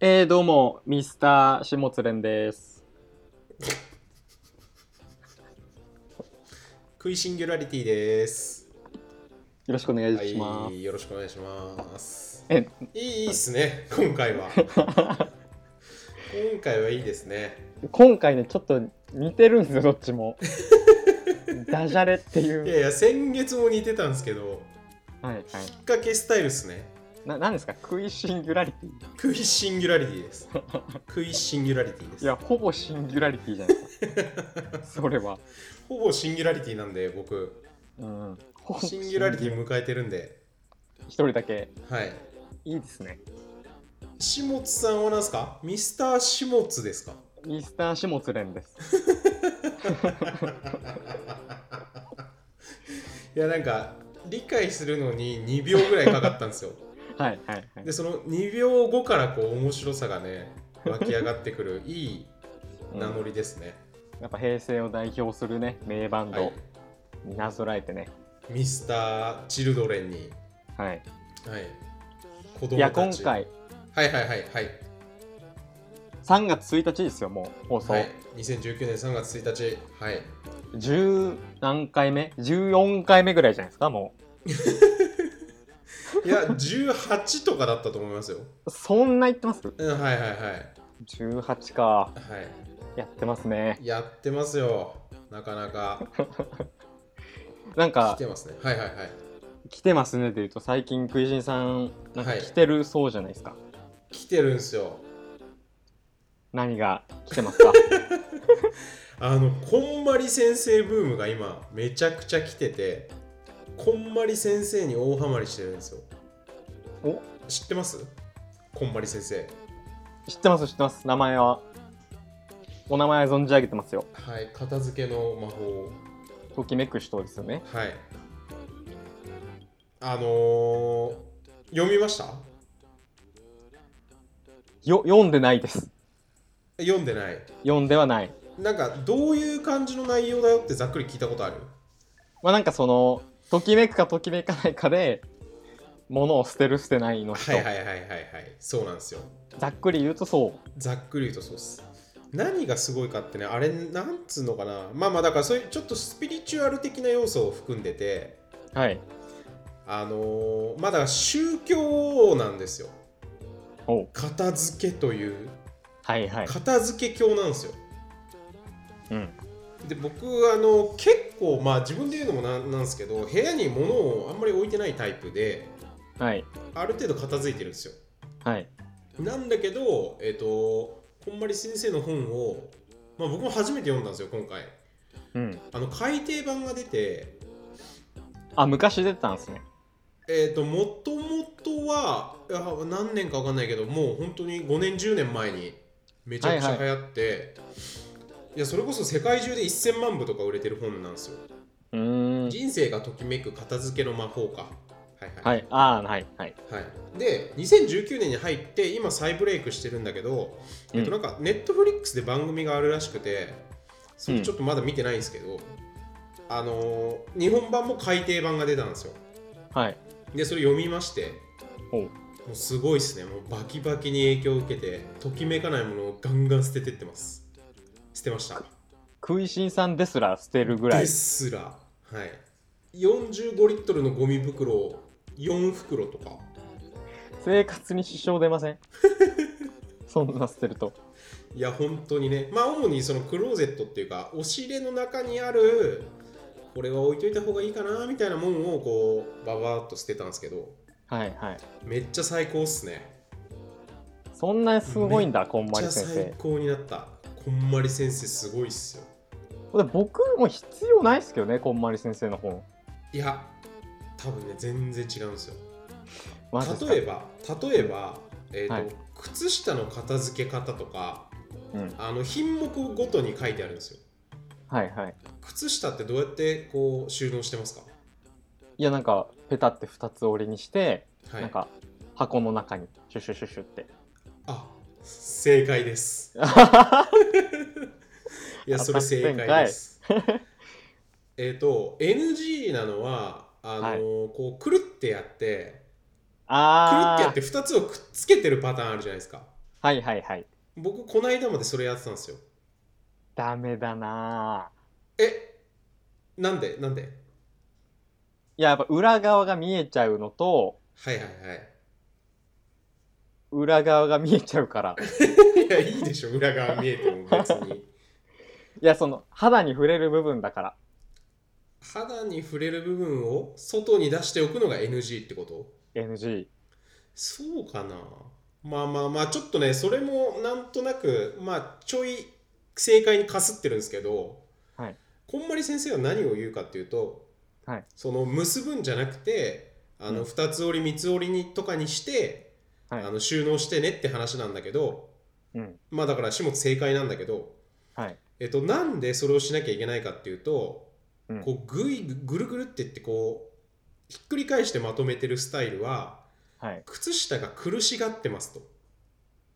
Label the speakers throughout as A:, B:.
A: えー、どうも、ミスター下津蓮です。
B: クイシンギュラリティです。
A: よろしくお願い
B: は
A: します。
B: い、よろしくお願いします。
A: え、
B: いいっすね、今回 は。今回はいいですね。
A: 今回ね、ちょっと似てるんですよ、どっちも。 ダジャレってい。
B: いうやいや、先月も似てたんですけど、
A: はいはい。
B: きっかけスタイルっすね。
A: な、なんですか食いシンギュラリティ
B: クイシンギュラリティです。クイシンギュラリティで
A: い
B: す。
A: や、ほぼシンギュラリティじゃ ないですか。それは。
B: ほぼシンギュラリティなんで、僕、
A: うん。ほぼ
B: シンギュラリティ迎えてるんで、
A: 一人だけ。
B: はい。
A: いいですね。
B: 下津さんは何すかミスター下津ですか
A: ミスター下津蓮です。
B: いや、なんか、理解するのに2秒ぐらいかかったんですよ。
A: はいはいはい
B: で。その2秒後からこう面白さがね湧き上がってくるいい
A: うん
B: 名乗りですね、
A: やっぱ平成を代表するね、名バン
B: は
A: ド
B: い
A: になぞらえてね。
B: ミスター・チルドレンに、
A: はい。
B: はい、子供たち
A: いや、今回、
B: はいはいはいはい、
A: 3月1日ですよ、もう放送。
B: はい、2019年3月1日はい
A: 十何回目 ?14 回目ぐらいじゃないですかも
B: いや18とかだったと思いますよ
A: う。そんな言ってます
B: うんはいはいはい
A: ?18 か。
B: は
A: やってますね。
B: いやってますよなかなか
A: なんか
B: 来、てますねはいはいはい
A: 来てますねって言うと、最近、クイジンさん、なんか
B: はい
A: 来てるそうじゃないですか。
B: 来てるんですよ
A: 何が来て ますか
B: あのこんまり先生ブームが今めちゃくちゃ来ててこんまり先生に大ハマりしてるんですよ
A: お
B: 知ってますこんまり先生
A: 知ってます、知ってます。名前は。お名前は存じ上げてますよ。
B: はい片付けの魔法
A: ときめく人ですよね。
B: はいあのー、読みました
A: よ、読んでないです。
B: 読んでない
A: 読んではない。
B: なんかどういう感じの内容だよってざっくり聞いたことある
A: まあなんかその、ときめくかときめかないかで、物を捨てる捨てないの人。
B: はいはいはいはいはいそうなんですよ
A: ざっくり言うとそう。
B: ざっくり言うとそうっす何がすごいかってねあれなんつうのかなまあまあだからそういうちょっとスピリチュアル的な要素を含んでて
A: はい。
B: あのーまあだから宗教なんですよ
A: おう
B: 片付けという
A: はいはい。
B: 片付け教なんですよ
A: うん。
B: で僕あの結構まあ自分で言うのもなんなんですけど部屋に物をあんまり置いてないタイプで
A: はい。
B: ある程度片付いてるんですよ
A: はい。
B: なんだけどえっ、とこんまり先生の本をまあ僕も初めて読んだんですよ今回
A: うん。
B: あの改訂版が出て、
A: あ、昔出てたんですね。
B: えー、ともともとはいや何年か分かんないけどもう本当に5年10年前にめちゃくち
A: は
B: ゃ
A: いは
B: 流行って、いやそれこそ世界中で1000万部とか売れてる本なんですよ、
A: うーん。
B: 人生がときめく片付けの魔法かはいはい、
A: はい。ああ、はい。はい。
B: はい、で2019年に入って今再ブレイクしてるんだけど、えっと、
A: う
B: なんかネットフリックスで番組があるらしくてそれちょっとまだ見てないんですけど、あのー日本版も改訂版が出たんですよ
A: はい。
B: でそれ読みまして
A: お
B: もうすごいですねもうバキバキに影響を受けてときめかないものをガンガン捨ててってます捨てました
A: 食いしんさんですら捨てるぐらい
B: で。すらはい45リットルのゴミ袋を4袋とか
A: 生活に支障出ませ ん。そんな捨てると。
B: いや本当にねまあ主にそのクローゼットっていうか押し入れの中にあるこれは置いといた方がいいかなみたいなもんをこうババーっと捨てたんですけど
A: はいはい。
B: めっちゃ最高っすね
A: そんなにすごいんだ、こん
B: めっ
A: ま
B: ち
A: り
B: ゃ
A: 先
B: 最
A: 生。
B: 高になったこんまり先生すごいっすよ
A: これ僕も必要ないですけどね、こんまり先生の本。
B: いや多分ね全然違うんですよ
A: マジですか
B: 例えば例えば、えーと
A: はい
B: 靴下の片付け方とか
A: うん。
B: あの品目ごとに書いてあるんですよ
A: はいはい。
B: 靴下ってどうやってこう収納してますか
A: いや、なんか、ペタって二つ折りにして、
B: はい
A: なんか、箱の中に、シュシュシュシュって。
B: あ正解です。いや、それ正解です。 えっと、NG なのは、あの
A: はい
B: こう、くるってやって、くるってや
A: あ
B: って2つをくっつけてるパターンあるじゃないですか。
A: はいはいはい。
B: 僕こないだまでそれやってたんですよ
A: ダメだなぁ。
B: えなんでなんで
A: いや、やっぱ裏側が見えちゃうのと、
B: はいはいはい
A: 裏側が見えちゃうから。
B: いやいいでしょ裏側見えても別に
A: いや、その、肌に触れる部分だから。
B: 肌に触れる部分を外に出しておくのが NG ってこと
A: NG。
B: そうかなまあまあまあちょっとねそれもなんとなくまあちょい正解にかすってるんですけど、
A: はい
B: こんまり先生は何を言うかっていうと、
A: はい
B: その結ぶんじゃなくてあ
A: う
B: の
A: ん
B: 二つ折り三つ折りにとかにして、
A: はい
B: あの収納してねって話なんだけど
A: うん。
B: まあだから始末正解なんだけど、
A: はい。
B: えっと、なんでそれをしなきゃいけないかっていうと、
A: うん
B: こうぐいぐるぐるってってこうひっくり返してまとめてるスタイルは
A: はい。
B: 靴下が苦しがってますと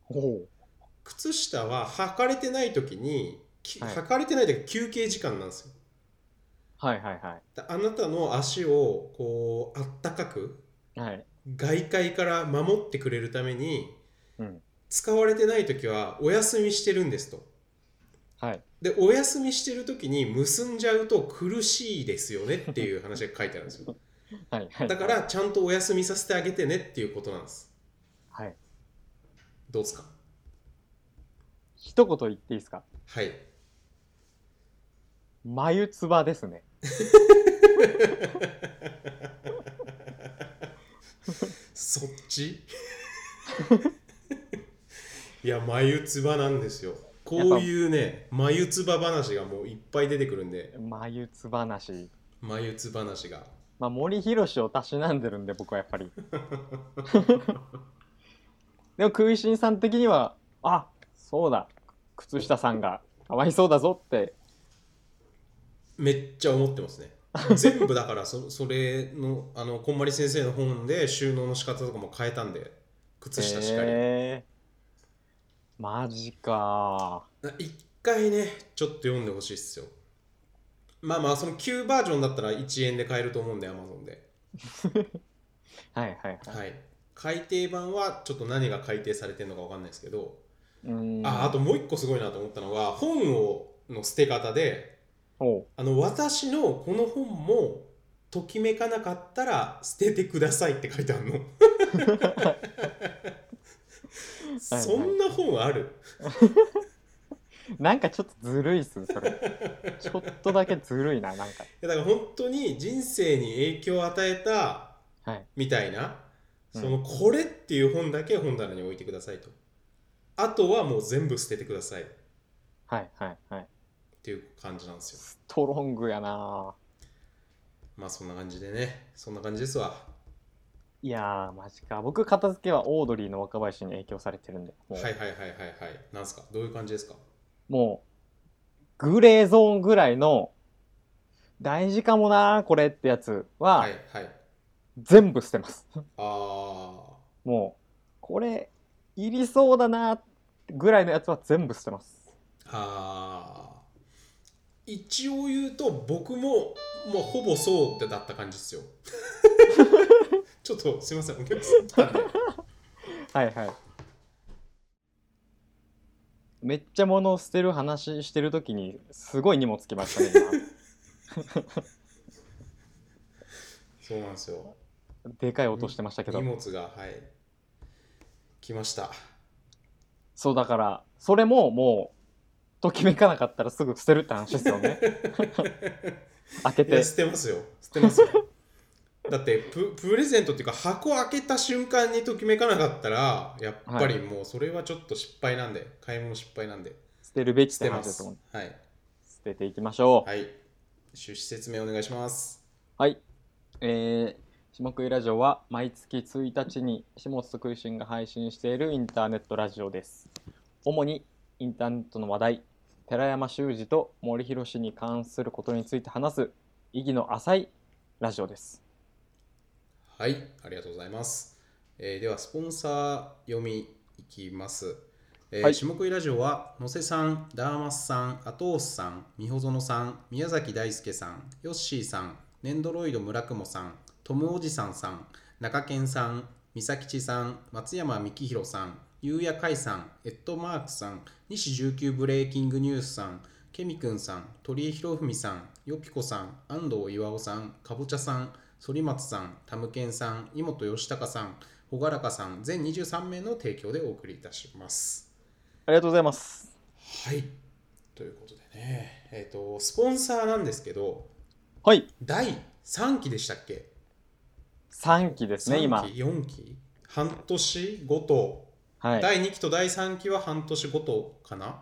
A: おお。
B: 靴下は履かれてない時に、き
A: はい
B: 履かれてない時は休憩時間なんですよ
A: はいはいは
B: だあなたの足をこうあったかく
A: い。はい。
B: 外界から守ってくれるために
A: うん。
B: 使われてない時はお休みしてるんですと
A: はい。
B: でお休みしてる時に結んじゃうと苦しいですよねっていう話が書いてあるんですよ
A: はい。はい。
B: だか、らちゃんとお休みさせてあげてねっていうことなんです。
A: はい。
B: どうですか
A: 一言言っていいですか
B: はい。
A: 眉唾ですね。
B: そっち いや、眉唾なんですよ。こういうね、眉唾話がもういっぱい出てくるんで、
A: 眉唾話。
B: 眉唾話が。
A: まあ、森博をたしなんでるんで、僕はやっぱり。 でも、食いしんさん的には、あ、そうだ。靴下さんが、かわいそうだぞって。
B: めっちゃ思ってますね。全部だからそ、それの、あの、こんまり先生の本で収納の仕方とかも変えたんで、靴下しかり。
A: えー、マジか
B: な一回ねちょっと読んでほしいっすよまあまあその旧バージョンだったら1円で買えると思うんで Amazon で
A: はいはいはい。
B: はい改訂版はちょっと何が改訂されてるのかわかんないですけど、
A: うーん
B: ああともう一個すごいなと思ったのが本をの捨て方で
A: おう
B: あの私のこの本もときめかなかったら捨ててくださいって書いてあるのそんな本ある
A: なんかちょっとずるいっすそれ ちょっとだけずるいななんか
B: いやだから本当に人生に影響を与えた
A: はい
B: みたいな、
A: うん
B: そのこれっていう本だけ本棚に置いてくださいとあとはもう全部捨ててくださいっ
A: はいはいはい
B: ていう感じなんですよ
A: ストロングやな
B: まあそんな感じでねそんな感じですわ
A: いやーマジか僕片付けはオードリーの若林に影響されてるんでも
B: は
A: う,、
B: いはいはいはいはいなんすかどういう感じですか
A: もうグレーゾーンぐらいの大事かもなーこれってやつは、
B: はいはい
A: 全部捨てます
B: あ
A: もうこれいりそうだなーぐらいのやつは全部捨てます
B: ーあー一応言うと僕ももうほぼそうだった感じ ですよちょっとすいませんお 客さん来たんで
A: はいはい。めっちゃ物を捨てる話してるときにすごい荷物つきましたね
B: そうなんですよ
A: 今でかい音してましたけど
B: 荷物がはい来ました
A: そうだからそれももうときめかなかったらすぐ捨てるって話ですよ ね開け
B: いや
A: て
B: 捨てますよ捨てますよだってププレゼントっていうか箱開けた瞬間にときめかなかったらやっぱりもうそれはちょっと失敗なんで、買い物失敗なんで
A: 捨てるべきっ
B: 捨
A: て
B: てま
A: 話ですすもん
B: はい
A: 捨てていきましょう
B: はい趣旨説明お願いします
A: はい。えー、下食いラジオは毎月1日に下津と食いしんが配信しているインターネットラジオです。主にインターネットの話題、寺山修司と森博氏に関することについて話す意義の浅いラジオです。
B: はいありがとうございます、えーではスポンサー読みいきますえー
A: はい
B: 下食いラジオは野瀬さん、ダーマスさん、アトースさん、みほぞのさん、宮崎大輔さん、ヨッシーさん、ネンドロイド村雲さん、トムおじさんさん、中堅さん、みさきちさん、松山みきひろさん、ゆうやかいさん、エッドマークさん、西19ブレイキングニュースさん、ケミくんさん、鳥居博文さん、よぴこさん、安藤岩尾さん、かぼちゃさん、反松さん、たむけんさん、井本義孝さん、ほがらかさん、全23名の提供でお送りいたします。
A: ありがとうございます。
B: はい。ということでね、えっ、と、スポンサーなんですけど、
A: はい、
B: 第3期でしたっけ
A: 3期ですね、今
B: 3。期、4期半年ごと、
A: はい、
B: 第2期と第3期は半年ごとかな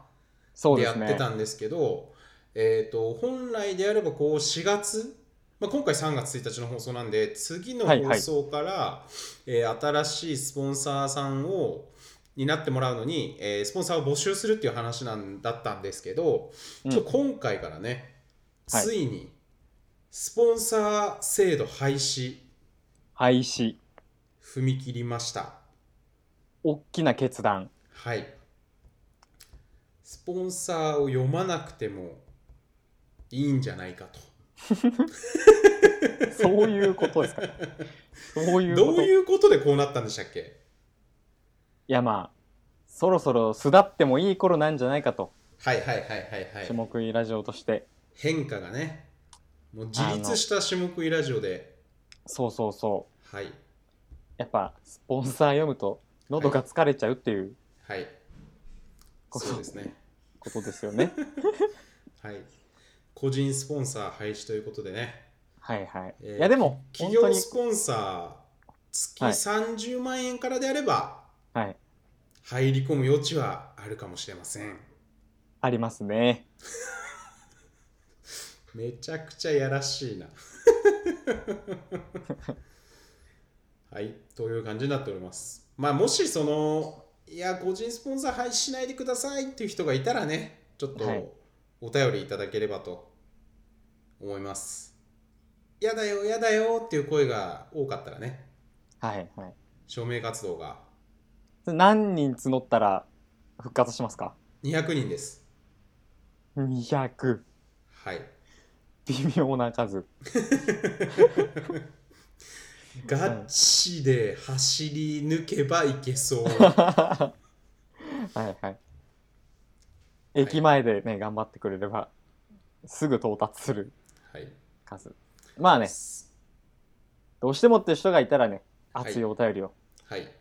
A: そう
B: で
A: で
B: やっ
A: す
B: て
A: ね。
B: たんですけど、えー、と本来であればこう4月、まあ、今回3月1日の放送なんで次の
A: はい
B: 放
A: はい
B: 送から、えー新しいスポンサーさんをになってもらうのに、えースポンサーを募集するっていう話なんだったんですけど、
A: うん
B: ちょっと今回からね、
A: はい
B: ついにスポンサー制度廃止
A: 廃止、
B: 踏み切りました。
A: 大きな決断。
B: はい。スポンサーを読まなくてもいいんじゃないかと。
A: そういうこと ですか。そういうこ
B: ど
A: と。
B: ういうことでこうなったんでしたっけ
A: いやまあそろそろ巣立ってもいい頃なんじゃないかと
B: はいはいはいはい
A: 下
B: はい。
A: 食いラジオとして
B: 変化がね、もう自立した種目いラジオで、
A: そうそうそう
B: はい、
A: やっぱスポンサー読むと喉が疲れちゃうっていう
B: はい、
A: こと,、
B: そうですね。
A: ことですよ ね
B: はい。個人スポンサー廃止ということでね、
A: はいはい、
B: えー
A: いやでも本
B: 企
A: 当
B: 業
A: に
B: スポンサー月
A: はい
B: 30万円からであれば、
A: はい
B: 入り込む余地はあるかもしれません。
A: ありますね
B: めちゃくちゃやらし いな。はい、という感じになっております。まあ、もしその、いや、個人スポンサー廃止しないでくださいっていう人がいたらね、ちょっ
A: はい
B: とお便りいただければと思います。やだよ、やだよっていう声が多かったらね、
A: はいはい
B: 証明活動が
A: 何人募ったら復活しますか
B: 200人です。
A: 200
B: はい。
A: 微妙な数
B: ガチで走り抜けばい けそう。
A: はいはい駅前でね頑張ってくれればすぐ到達する
B: はい。
A: 数まあねどうしてもっていう人がいたらね、熱いお便りを
B: はい。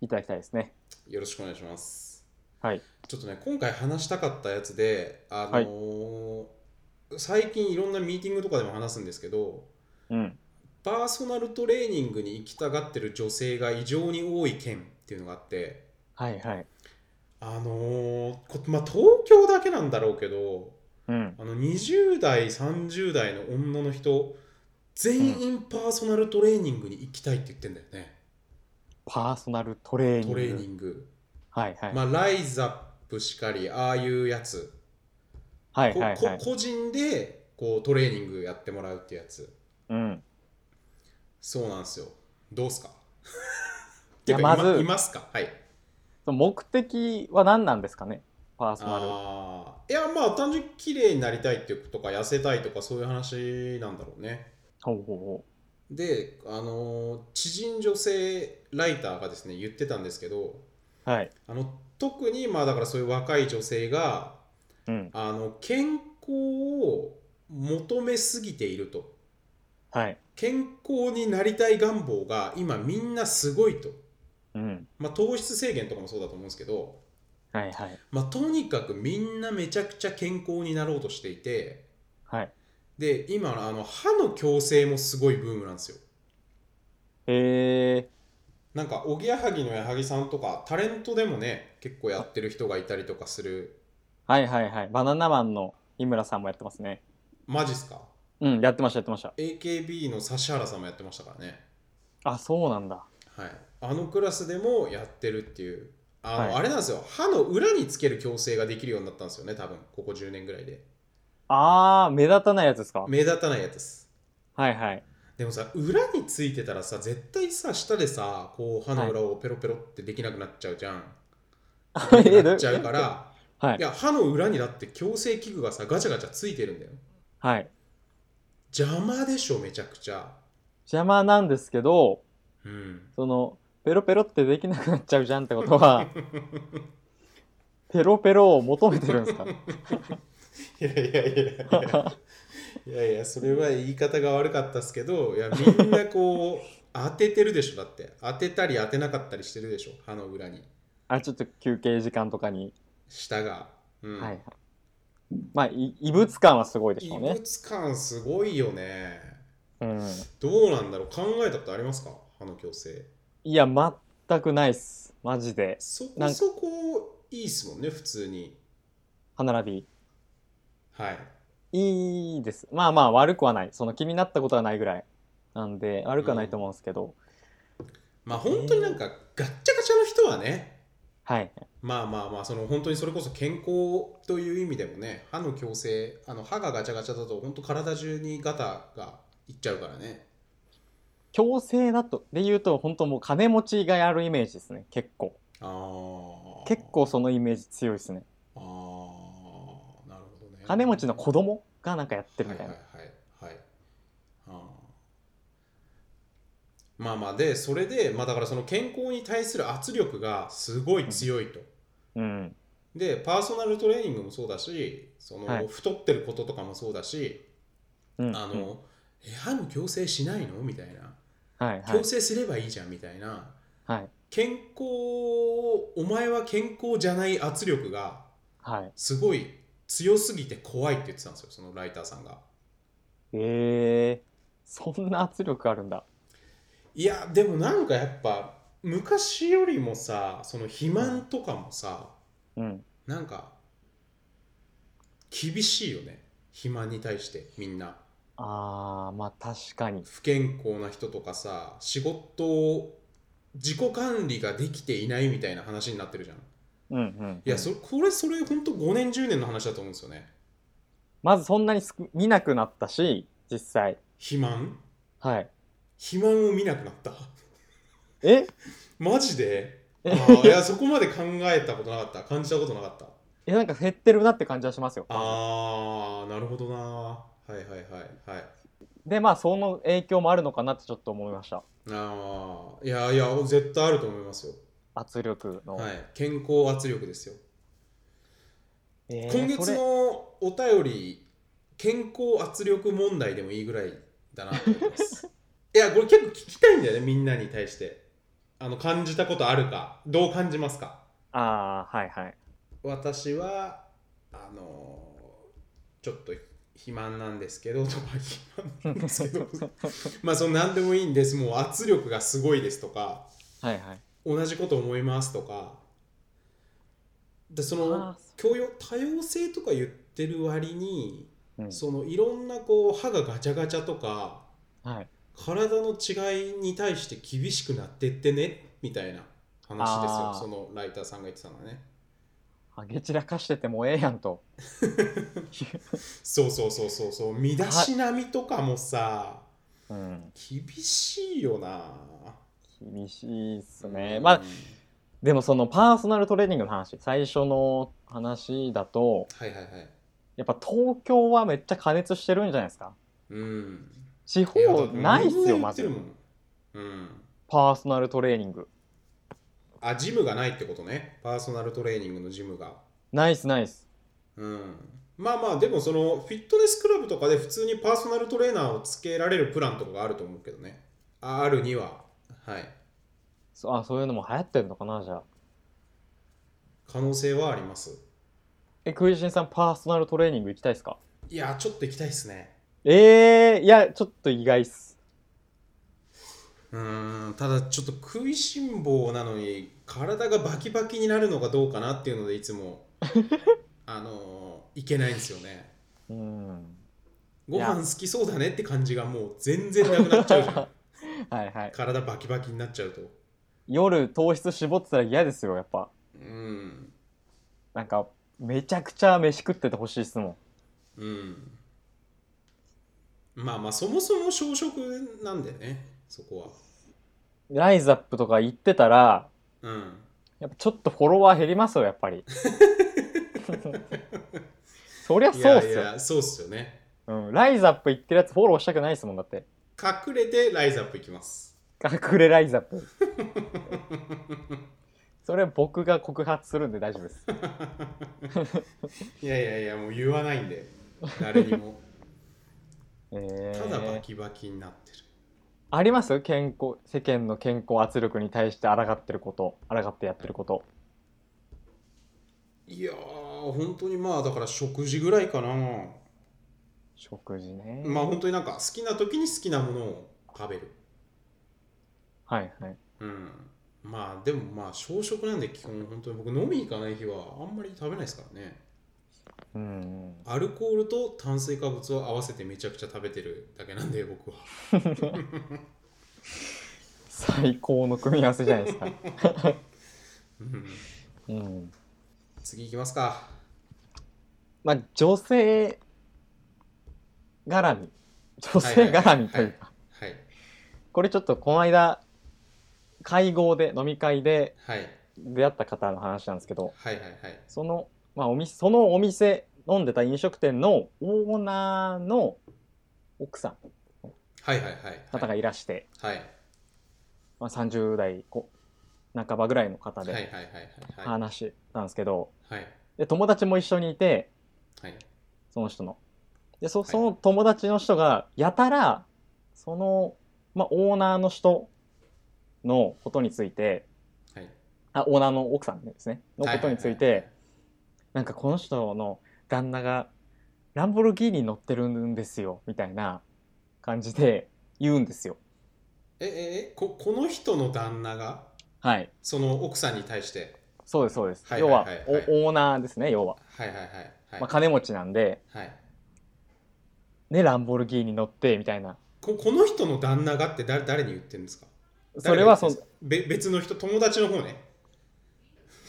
A: いただきたいですね。
B: よろしくお願いします。
A: はい。
B: ちょっとね、今回話したかったやつで、あのー最近いろんなミーティングとかでも話すんですけど、
A: うん。
B: パーソナルトレーニングに行きたがってる女性が異常に多い県っていうのがあって、
A: はいはい。
B: あのーこまあ、東京だけなんだろうけど、
A: うん。
B: あの20代、30代の女の人、全員パーソナルトレーニングに行きたいって言ってんだよね、
A: パーソナルトレーニング。
B: トレーニング。
A: はいはい。
B: まあ、ライズアップしかり、ああいうやつ。
A: はい
B: こ
A: はい
B: こ
A: はい。
B: 個人でこうトレーニングやってもらうってやつ
A: うん。
B: そうなんですよどうすか
A: いや
B: てか
A: まず
B: いいますかはい
A: その目的は何なんですかねパーソナル。
B: あーいやまあ単純に綺麗になりたいっていうことか痩せたいとかそういう話なんだろうね
A: ほうほうほ
B: であのー知人女性ライターがですね言ってたんですけど
A: う。はい。
B: あの特にまあだからそういう若い女性が
A: うん。
B: あの健康を求めすぎていると
A: はい。
B: 健康になりたい願望が今みんなすごいと、
A: うん。
B: まあ、糖質制限とかもそうだと思うんですけど、
A: はいはい。
B: まあ、とにかくみんなめちゃくちゃ健康になろうとしていて
A: はい。
B: で今あの歯の矯正もすごいブームなんですよ
A: へえ。
B: なんかおぎやはぎの矢作さんとかタレントでもね結構やってる人がいたりとかする
A: はいはいはい。バナナマンの井村さんもやってますね。
B: マジっすか
A: うん。やってましたやってました。
B: AKB の指原さんもやってましたからね
A: あ、そうなんだ。
B: はいあのクラスでもやってるっていうあの、
A: はい
B: あれなんですよ歯の裏につける矯正ができるようになったんですよね多分ここ10年ぐらいで
A: あー、目立たないやつですか
B: 目立たないやつです
A: はいはい。
B: でもさ裏についてたらさ絶対さ下でさこう歯の裏をペロペロってできなくなっちゃうじゃん、できなくなっちゃうか
A: えど
B: ら
A: はい
B: いや歯の裏にだって矯正器具がさガチャガチャついてるんだよ
A: はい。
B: 邪魔でしょめちゃくちゃ
A: 邪魔なんですけど、
B: うん
A: その、ペロペロってできなくなっちゃうじゃんってこと はペロペロを求めてるんですか
B: いやいやいやい やいやいやそれは言い方が悪かったです けどいやみんなこう当ててるでしょだって当てたり当てなかったりしてるでしょ歯の裏に
A: あちょっと休憩時間とかに、
B: 舌が、うん
A: はいまあい異物感はすごいでし
B: 異
A: ょうね、
B: 物感すごいよね
A: うん、
B: どうなんだろう考えたことありますか歯の矯正
A: いや全くないっすマジで
B: そ
A: なんか
B: こそこいいっすもんね普通に
A: 歯並
B: はい
A: びいいですまあまあ悪くはないその気になったことはないぐらいなんで悪くはないと思うんですけど、
B: まあ本当になんかガッチャガチャの人はね
A: はい
B: まあまあまあその本当にそれこそ健康という意味でもね歯の矯正あの歯がガチャガチャだと本当体中にガタがいっちゃうからね
A: 強制だとで言うと本当もう金持ちがやるイメージですね結構
B: ああ
A: 結構そのイメージ強いですね
B: ああなるほどね
A: 金持ちの子供がなんかやってるみたいな、
B: はいはいはい、はい、あーまあまあでそれでまあだからその健康に対する圧力がすごい強いと、
A: うん
B: でパーソナルトレーニングもそうだしその、
A: はい
B: 太ってることとかもそうだし、
A: うん
B: あ
A: うん
B: のえ歯の矯正しないのみたいな
A: はいはい
B: 矯正すればいいじゃんみたいな、
A: はい
B: 健康をお前は健康じゃない圧力が
A: はい
B: すごい強すぎて怖いって言ってたんですよそのライターさんが。
A: えー、そんな圧力あるんだ
B: いやでもなんかやっぱ昔よりもさその肥満とかもさ、
A: うん
B: なんか厳しいよね肥満に対してみんな
A: あーまあ確かに
B: 不健康な人とかさ仕事を自己管理ができていないみたいな話になってるじゃんい
A: うんうん
B: やそこれそれほんと5年10年の話だと思うんですよね
A: まずそんなにすく見なくなったし実際
B: 肥満
A: はい
B: 肥満を見なくなった
A: え
B: マジであ
A: え
B: ーいやそこまで考えたことなかった感じたことなかった
A: えなんか減ってるなって感じはしますよ
B: あーなるほどなはいはいはいはい
A: でまあその影響もあるのかなってちょっと思いました
B: ああいやいや絶対あると思いますよ、
A: 圧力の、
B: はい、健康圧力ですよ、
A: えー
B: 今月
A: それ
B: のお便り健康圧力問題でもいいぐらいだなと思います いやこれ結構聞きたいんだよねみんなに対してあの感じたことあるかどう感じますか
A: ああはいはい
B: 私はあのーちょっと肥満なんですけどとか肥満なんですけど まあその何でもいいんですもう圧力がすごいですとか
A: はいはい
B: 同じこと思いますとかで その
A: あー
B: 教養多様性とか言ってる割に、
A: うん
B: そのいろんなこう歯がガチャガチャとか
A: はい
B: 体の違いに対して厳しくなってってねみたいな話ですよ
A: あー
B: そのライターさんが言ってたのはね
A: あげ散らかしててもええやんと
B: そうそうそうそうそう身だしなみとかもさ
A: うん
B: 厳しいよな
A: 厳しいっすね
B: うん
A: まあでもそのパーソナルトレーニングの話最初の話だと
B: はいはいはい
A: やっぱ東京はめっちゃ加熱してるんじゃないですか
B: うん
A: 地方ないっすよ
B: マ
A: マ
B: ジ
A: ジで
B: でもんうん
A: パーソナルトレーニング
B: あ、ジムがないってことね。パーソナルトレーニングのジムが。
A: ナイスナイス
B: うん。まあまあ、でもそのフィットネスクラブとかで普通にパーソナルトレーナーをつけられるプランとかがあると思うけどね。ああるには。はい。
A: そあそういうのも流行ってるのかなじゃあ
B: 可能性はあります。
A: えクイジンさんパーソナルトレーニング行きたいですか
B: いや、ちょっと行きたいですね。
A: ええいやちょっと意外っす
B: うーん。ただ、ちょっと食いしん坊なのに、体がバキバキになるのかどうかなっていうので、いつも、 あのー、いけないんですよね。
A: うん
B: ご飯好きそうだねって感じがもう全然なくなっちゃうじゃ ん。
A: はいはい
B: 体バキバキになっちゃうと。
A: 夜糖質絞ってたら嫌ですよやっぱ
B: うん。
A: なんかめちゃくちゃ飯食っててほしいっすもん
B: うんまあまあそもそも小食なんでねそこ
A: ライズアップとか行ってたら
B: はうん
A: やっぱちょっとフォロワー減りますよやっ ぱりそりゃ
B: い
A: そう
B: や
A: っすよ
B: いやそうっすよね
A: うん、ライズアップ行ってるやつフォローしたくないっすもんだって
B: 隠れてライズアップいきます
A: 隠れライザッ プ。それは僕が告発するんで大丈夫です。
B: いやいやいやもう言わないんで誰にも
A: え
B: ただバ
A: ー、
B: キバキになってる、
A: あります健康世間の健康圧力に対して抗ってること抗ってやってること
B: いやー本当にまあだから食事ぐらいかな
A: 食事ね、
B: まあ本当になんか好きな時に好きなものを食べる
A: はいはい
B: うんまあでもまあ小食なんで基本本当に僕飲み行かない日はあんまり食べないですからね
A: うん
B: アルコールと炭水化物を合わせてめちゃくちゃ食べてるだけなんで僕は
A: 最高の組み合わせじゃないです か
B: うん
A: うん
B: 次行きますか
A: まあ女性絡み女性絡みというか
B: はい
A: これちょっとこの間会合で飲み会で
B: はい
A: 出会った方の話なんですけど
B: はいはいはい
A: その,、まあ、お店そのお店飲んでた飲食店のオーナーの奥さん
B: はいはいはい
A: 方がいらして、
B: はい
A: まあ、30代こ半ばぐらいの方
B: はいはいはい
A: で
B: はいはい
A: 話してたんですけど、
B: はい
A: で友達も一緒にいて
B: はい
A: その人のでそ
B: い
A: その友達の人がやたらその、まあ、オーナーの人のことについて
B: はい
A: あオーナーの奥さんですねのことについて、なんかこの人の旦那がランボルギーニに乗ってるんですよみたいな感じで言うんですよ
B: えええここの人の旦那が
A: はい
B: その奥さんに対して
A: そうですそうです、
B: はいはいはい
A: 要はおオーナーですね要は、
B: はいはいはいはい、
A: まあ、金持ちなんで
B: はい、
A: ねランボルギーニ乗ってみたいな
B: ここの人の旦那がって誰誰に言ってるんですか
A: それはそ
B: 誰
A: の
B: が言ってるんですかべ別の人友達の方ね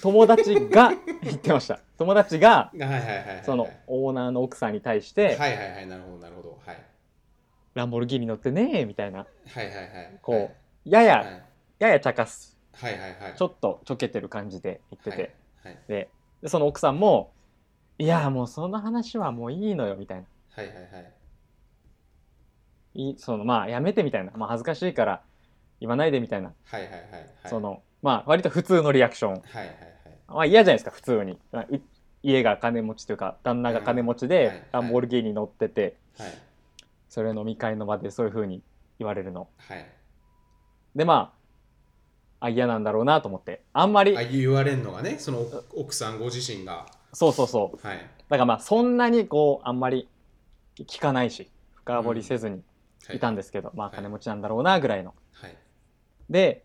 A: 友達が 言ってました友達が
B: はいはいはいはいはい
A: そのオーナーの奥さんに対し
B: はい
A: て
B: はいはいなるほどなるほどはい
A: 「ランボルギーニ乗ってね」みたいな
B: はいはいはい
A: こうや
B: はい
A: ややや茶化す
B: はいはいはい
A: ちょっとちょけてる感じで言ってて
B: はいはい
A: ででその奥さんも「いやもうその話はもういいのよ」みたいな
B: はいはいはい
A: 「いそのまあやめて」みたいな「まあ恥ずかしいから言わないで」みたいな
B: はいはいはいはい
A: そのまあ割と普通のリアクション
B: はいはいはい
A: まあ嫌じゃないですか普通にまあう家が金持ちというか旦那が金持ち
B: うんはい
A: でランボルギーニ乗ってて
B: はい
A: それ飲み会の場でそういう風に言われるの
B: はい
A: でまああ嫌なんだろうなと思ってあんまり
B: あ言われるのがねその奥奥さんご自身が
A: そうそうそう
B: はい
A: だからまあそんなにこうあんまり聞かないし深掘りせずに
B: はい
A: たんですけど、まあ
B: はい
A: 金持ちなんだろうなぐらいの。
B: はい
A: で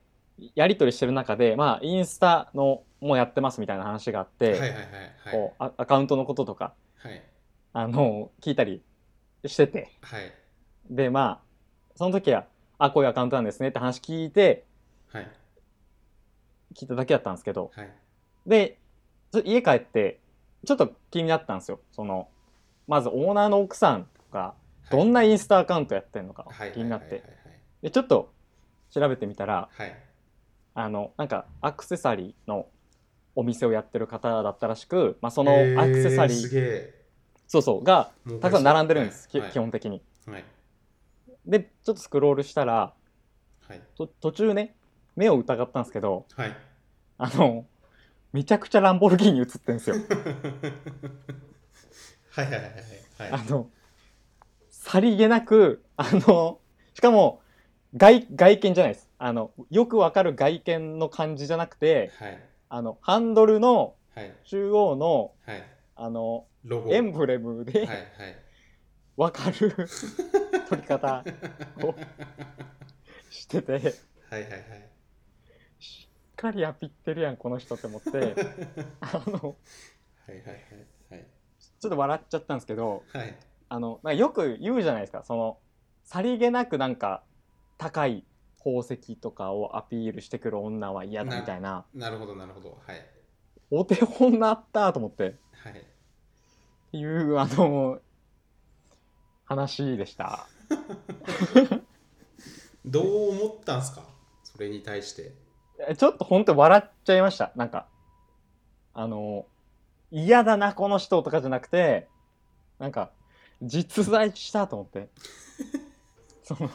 A: やり取りしてる中でまあインスタのもうやってますみたいな話があって、
B: はいはいはいはい
A: こうあアカウントのこととか
B: はい
A: あの聞いたりしてて
B: はい
A: でまあその時はあこういうアカウントなんですねって話聞いて
B: はい
A: 聞いただけだったんですけど
B: はい
A: でちょ家帰ってちょっと気になったんですよそのまずオーナーの奥さんがどんなインスタアカウントやってるのか
B: はい
A: 気になって
B: はい
A: でちょっと調べてみたら
B: はいはい
A: あのなんかアクセサリーのお店をやってる方だったらしく、まあ、その
B: へー
A: アクセサリ
B: す
A: ー、
B: げえ
A: そうそうが
B: 儲か
A: た
B: り
A: くさ
B: そうん
A: 並んでるんです、
B: は
A: き
B: いはい
A: 基本的に。
B: はい
A: でちょっとスクロールしたら
B: はい
A: と途中ね目を疑ったんですけど
B: はい
A: あのめちゃくちゃランボルギーニ映ってるんですよ。
B: はいはいはいはいは
A: あ
B: い
A: のさりげなくあのしかも外外見じゃないですあのよくわかる外見の感じじゃなくて
B: はい
A: あのハンドルの
B: はい
A: 中央の
B: はい
A: あの
B: ロゴ
A: エンブレム
B: はい
A: で
B: はい
A: わかる撮り方をしててし
B: はいはい はい
A: っかりアピってるやんこの人って思ってあの
B: はいはいはい
A: ちょっと笑っちゃったんですけど
B: はいはい
A: あのまあよく言うじゃないですかそのさりげなくなんか高い宝石とかをアピールしてくる女は嫌だみたいな
B: なるほどなるほどはい
A: お手本なったと思ってっ
B: はい
A: ていうあの話でした。
B: どう思ったんすかそれに対して
A: えちょっと本当笑っちゃいました。なんか、あの、嫌だな、この人とかじゃなくて、なんか、実在したと思って。その、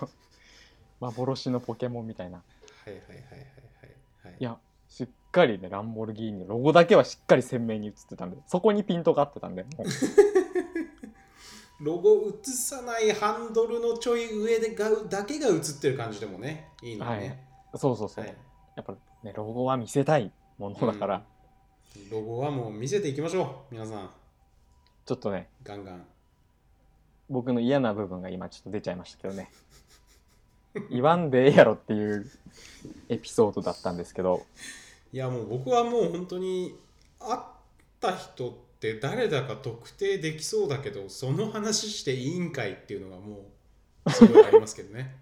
A: 幻のポケモンみたいな。
B: はいはいはいはいはい
A: いやしっかりね、ランボルギーニのロゴだけはしっかり鮮明に映ってたんで、そこにピントが合ってたんで、もう
B: ロゴ映さないハンドルのちょい上でがだけが映ってる感じでもねいいのね、
A: そうそうそう。
B: はい
A: やっぱね、ロゴは見せたいものだから、
B: うんロゴはもう見せていきましょう皆さん
A: ちょっとね、
B: ガンガン
A: 僕の嫌な部分が今ちょっと出ちゃいましたけどね。言わんでええやろっていうエピソードだったんですけど、
B: いやもう僕はもう本当に会った人って誰だか特定できそうだけどその話していいんかいっていうのがもうすごいありますけ どね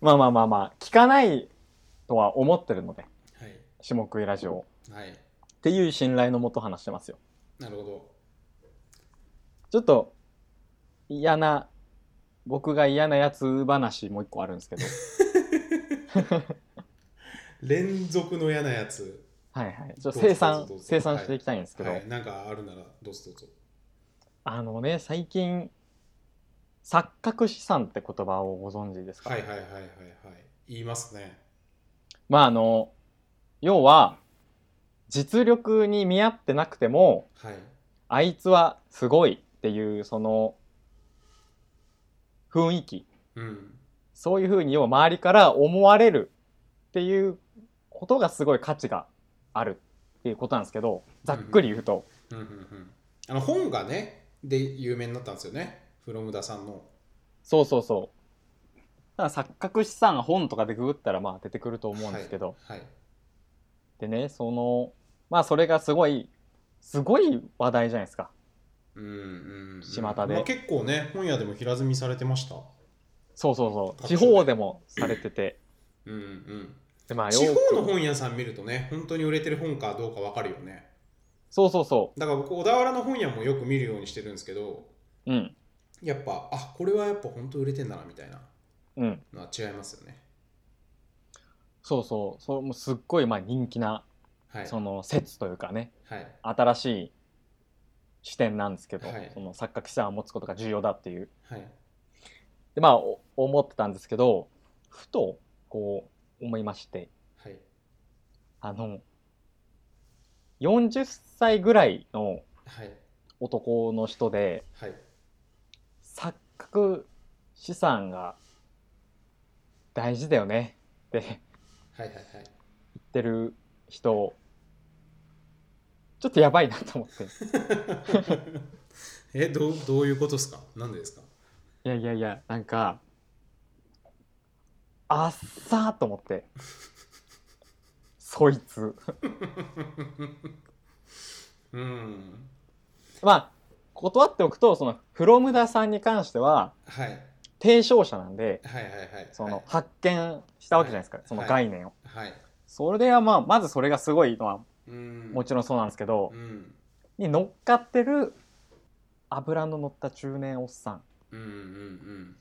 A: まあまあまあまあ、聞かないとは思ってるので、
B: はい
A: 下食いラジオを。
B: はい
A: っていう信頼のもと話してますよ。
B: なるほど
A: ちょっと嫌な僕が嫌なやつ話もう一個あるんですけど
B: 連続の嫌なやつ
A: はいはいちょっと
B: どうぞ
A: 生産
B: どうぞ
A: 生産していきたいんですけど、
B: はいなんかあるならどうぞどうぞ
A: あのね最近錯覚資産って言葉をご存知ですか、
B: はいはいはいはいはい言いますね
A: まああの要は実力に見合ってなくても
B: はい
A: あいつはすごいっていうその雰囲気
B: うん
A: そういうふうに要は周りから思われるっていうことがすごい価値があるっていうことなんですけどざっくり言うと、
B: うんうんうんあの本がねで有名になったんですよねフロムダさんの
A: そうそうそうだから錯覚資産本とかでググったらまあ出てくると思うんですけど、
B: はい、はい
A: でねそのまあそれがすごいすごい話題じゃないですか
B: うんうんうん、
A: 巷で
B: まあ、結構ね本屋でも平積みされてました
A: そうそうそう
B: 各
A: 地
B: 所で
A: 方でもされてて
B: うんうん
A: でまあ
B: 地
A: よ
B: 方の
A: く
B: 本屋さん見るとね本当に売れてる本かどうかわかるよね
A: そうそうそ
B: だから僕小田原の本屋もよく見るようにしてるんですけど
A: ううん
B: やっぱあこれはやっぱ本当売れてんだなみたいな
A: うん
B: のは違いますよね
A: そうそうそれもすっごいまあ人気な
B: はい
A: その説というかね
B: はい
A: 新しい視点なんですけど、
B: はい
A: その錯覚資産を持つことが重要だっていう
B: はい
A: でまあお思ってたんですけどふとこう思いまして
B: はい
A: あの40歳ぐらいの
B: はい
A: 男の人で
B: はい
A: 錯覚資産が大事だよねって言っ
B: はいはいはい
A: てる人ちょっとやばいなと思ってい
B: えどうどういうことですかなんでですか
A: やいやいやなんかあっさーと思ってそいつ
B: うん
A: まあ断っておくとそのフロムダさんに関しては
B: はい
A: 提唱者なんで
B: はいはいはい
A: その発見したわけじゃないですか、
B: はい
A: その概念を、
B: はい
A: それではまあまずそれがすごいのは
B: うん
A: もちろんそうなんですけど、
B: うん
A: に乗っかってる油の乗った中年おっさん
B: うんうんうん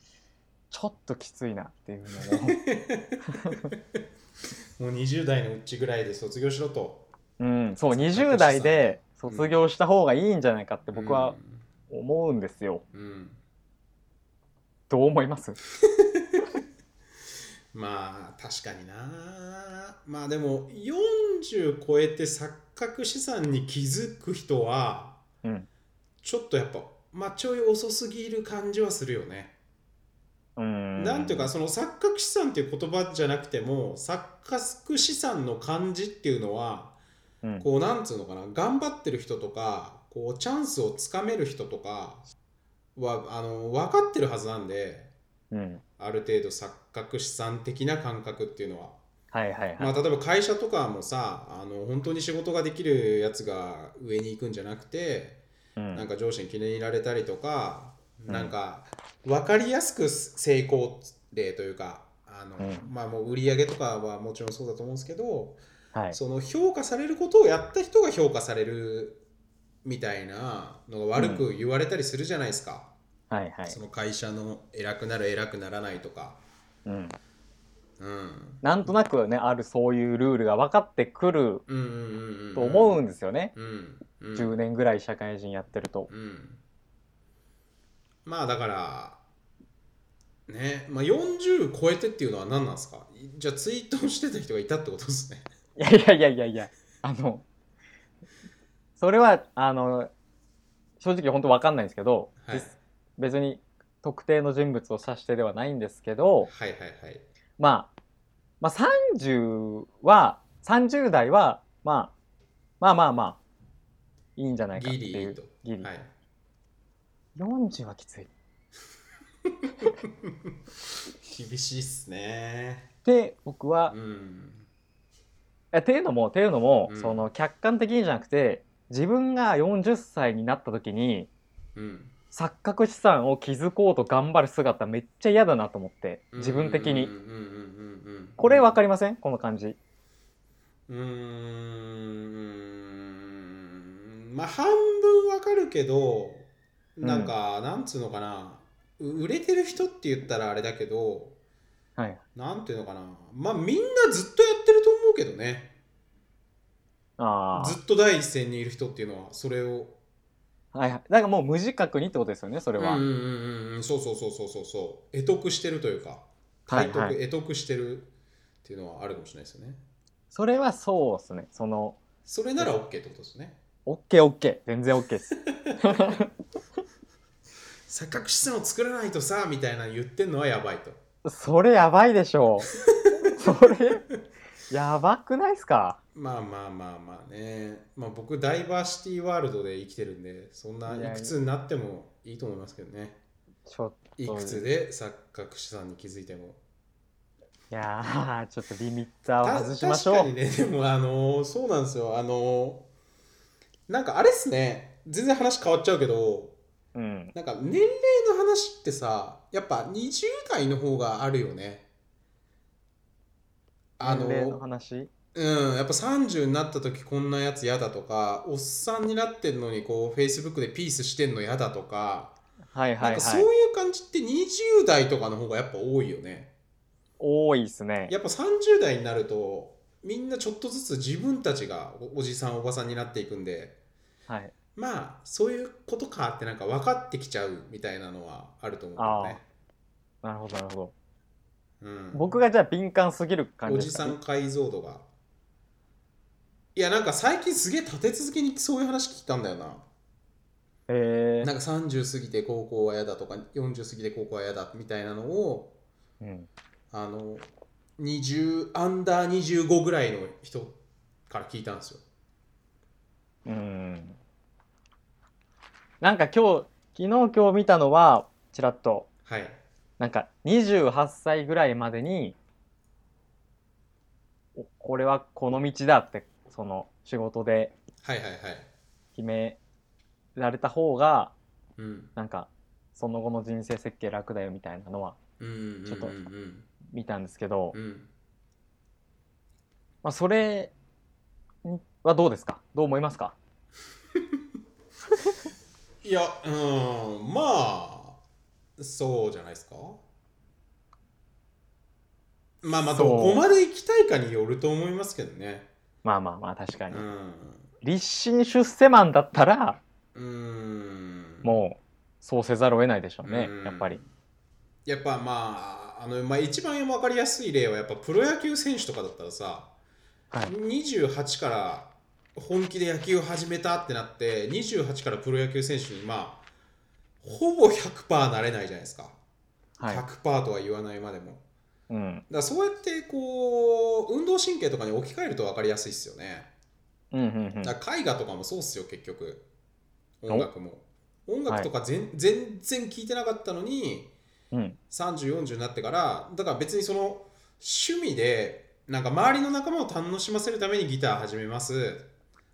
A: ちょっときついなっていう のを
B: もう20代のうちぐらいで卒業しろと
A: うんそう20代で卒業した方がいいんじゃないかって僕は思うんですよ、
B: うん、うん
A: どう思います
B: まあ確かになまあでも40超えて錯覚資産に気づく人は
A: うん
B: ちょっとやっぱまあちょい遅すぎる感じはするよね、
A: うん
B: なんていうかその錯覚資産っていう言葉じゃなくても錯覚資産の感じっていうのは
A: うん
B: こうなんつうのかな頑張ってる人とかこうチャンスをつかめる人とかはあの分かってるはずなんで
A: うん
B: ある程度錯覚資産的な感覚っていうのは、
A: はいはいはい、
B: まあ、例えば会社とかもさあの本当に仕事ができるやつが上に行くんじゃなくて
A: うん
B: なんか上司に気に入られたりとか、
A: うん
B: なんか分かりやすく成功例というかあの、
A: うん
B: まあもう売り上げとかはもちろんそうだと思うんですけど、
A: はい
B: その評価されることをやった人が評価されるみたいなのが悪く言われたりするじゃないですか、
A: はいはい
B: その会社の偉くなる偉くならないとか。
A: うん
B: うん
A: なんとなくねあるそういうルールが分かってくる
B: うんうんうんうん
A: と思うんですよね、
B: うんうん
A: 10年ぐらい社会人やってると
B: うんまあだからねまあ、40超えてっていうのは何なんですかじゃあツイートをしてた人がいたってことですね。
A: いやいやいやいやいや、あの、それは、あの、正直本当わかんないんですけど、
B: はい、
A: 実別に特定の人物を指してではないんですけど、
B: はいはいはい。
A: まあ、まあ30は、30代は、まあ、まあまあまあ、いいんじゃないかって
B: ギ
A: い
B: リ
A: う。
B: と。
A: ギリ。
B: はい、
A: 40はきつい。
B: 厳しいっすね。
A: で、僕は
B: う、ん。
A: えっていうのも、っていうのも、
B: うん
A: その客観的にじゃなくて、自分が40歳になった時に、
B: うん。
A: 錯覚資産を築こうと頑張る姿めっちゃ嫌だなと思って、自分的
B: うん
A: に。
B: うんうんうんうんうん
A: これわかりませんこの感じ。
B: うーんまあ半分わかるけどなんか、なんつうのかなう売れてる人って言ったらあれだけど
A: はい。
B: なんていうのかなまあみんなずっとやってると思うけどね
A: あ
B: ずっと第一線にいる人っていうのはそれを
A: あ。はいはい。だからもう無自覚にってことですよね、それは。
B: うんうんうんうんそうそうそうそうそうそう得得してるというか
A: は
B: 体
A: い
B: 得、
A: はい。
B: 得得してるっていうのはあるかもしれないですよね
A: それはそうですね。その、
B: それなら OK ってことですね
A: オッケーオッケー。全然オッケーです。
B: 錯覚資産を作らないとさみたいなの言ってんのはやばいと
A: それやばいでしょう。 それ、やばくないですか
B: まあまあまあまあね、まあ、僕ダイバーシティワールドで生きてるんでそんない
A: やいや
B: いくつになってもいいと思いますけどね
A: ちょっと。
B: いくつで錯覚資産に気づいても
A: いやー、ちょっとリミッターを
B: た
A: 外しましょう。
B: 確かにねでもあのーそうなんですよあのーなんかあれっすね全然話変わっちゃうけど
A: うん。
B: なんか年齢の話ってさやっぱ20代の方があるよねあのー
A: 年齢の話。
B: うん、やっぱ30になった時こんなやつ嫌だとかおっさんになってんのにこう Facebook でピースしてんの嫌だとか、
A: はいはい
B: なん
A: は
B: かそう
A: い。
B: いう感じって20代とかの方がやっぱ多いよね
A: 多いですね。
B: やっぱ30代になるとみんなちょっとずつ自分たちがおおじさんおばさんになっていくんで
A: はい。
B: まあそういうことかってなんか分かってきちゃうみたいなのはあると思うけどね、
A: なるほどなるほど。
B: うん、
A: 僕がじゃあ敏感すぎる感
B: お
A: じ
B: じ
A: ですか
B: さん解像度がいやなんか最近すげえ立て続けにそういう話聞いたんだよな
A: え
B: なんか30過ぎて高校は嫌だとか40過ぎて高校は嫌だみたいなのを
A: ーうん、
B: あの20アンダー25ぐらいの人から聞いたんですよ。
A: うん。なんか今日、昨日今日見たのは、ちらっと、
B: はい。
A: なんか28歳ぐらいまでに、おこれはこの道だって、その仕事で
B: はいはいはい。
A: 決められた方が、
B: うん。
A: なんか、その後の人生設計楽だよみたいなのは
B: うんうんうんうん
A: ちょっと見たんですけど、
B: うん。
A: まあ、それにはどうですかどう思いますか
B: いや、うん、まあ、そうじゃないですか。まあまあ、
A: そう
B: どこまで行きたいかによると思いますけどね。
A: まあまあまあ、確か
B: う
A: に。
B: ん。
A: 立身出世マンだったら、
B: うん。
A: もうそうせざるを得ないでしょうね、
B: うん
A: やっぱり。
B: やっぱまああの、まあ、一番分かりやすい例はやっぱプロ野球選手とかだったらさ、
A: はい
B: 28から本気で野球を始めたってなって28からプロ野球選手にまあほぼ100%なれないじゃないですか、
A: はい。
B: 100%とは言わないまでもだか
A: うん。
B: らそうやってこう運動神経とかに置き換えると分かりやすいっすよね
A: うんうんうん。
B: だから絵画とかもそうっすよ結局音楽も音楽とか全,、全然聞いてなかったのに
A: うん。
B: 3040になってからだから別にその趣味でなんか周りの仲間を楽しませるためにギター始めます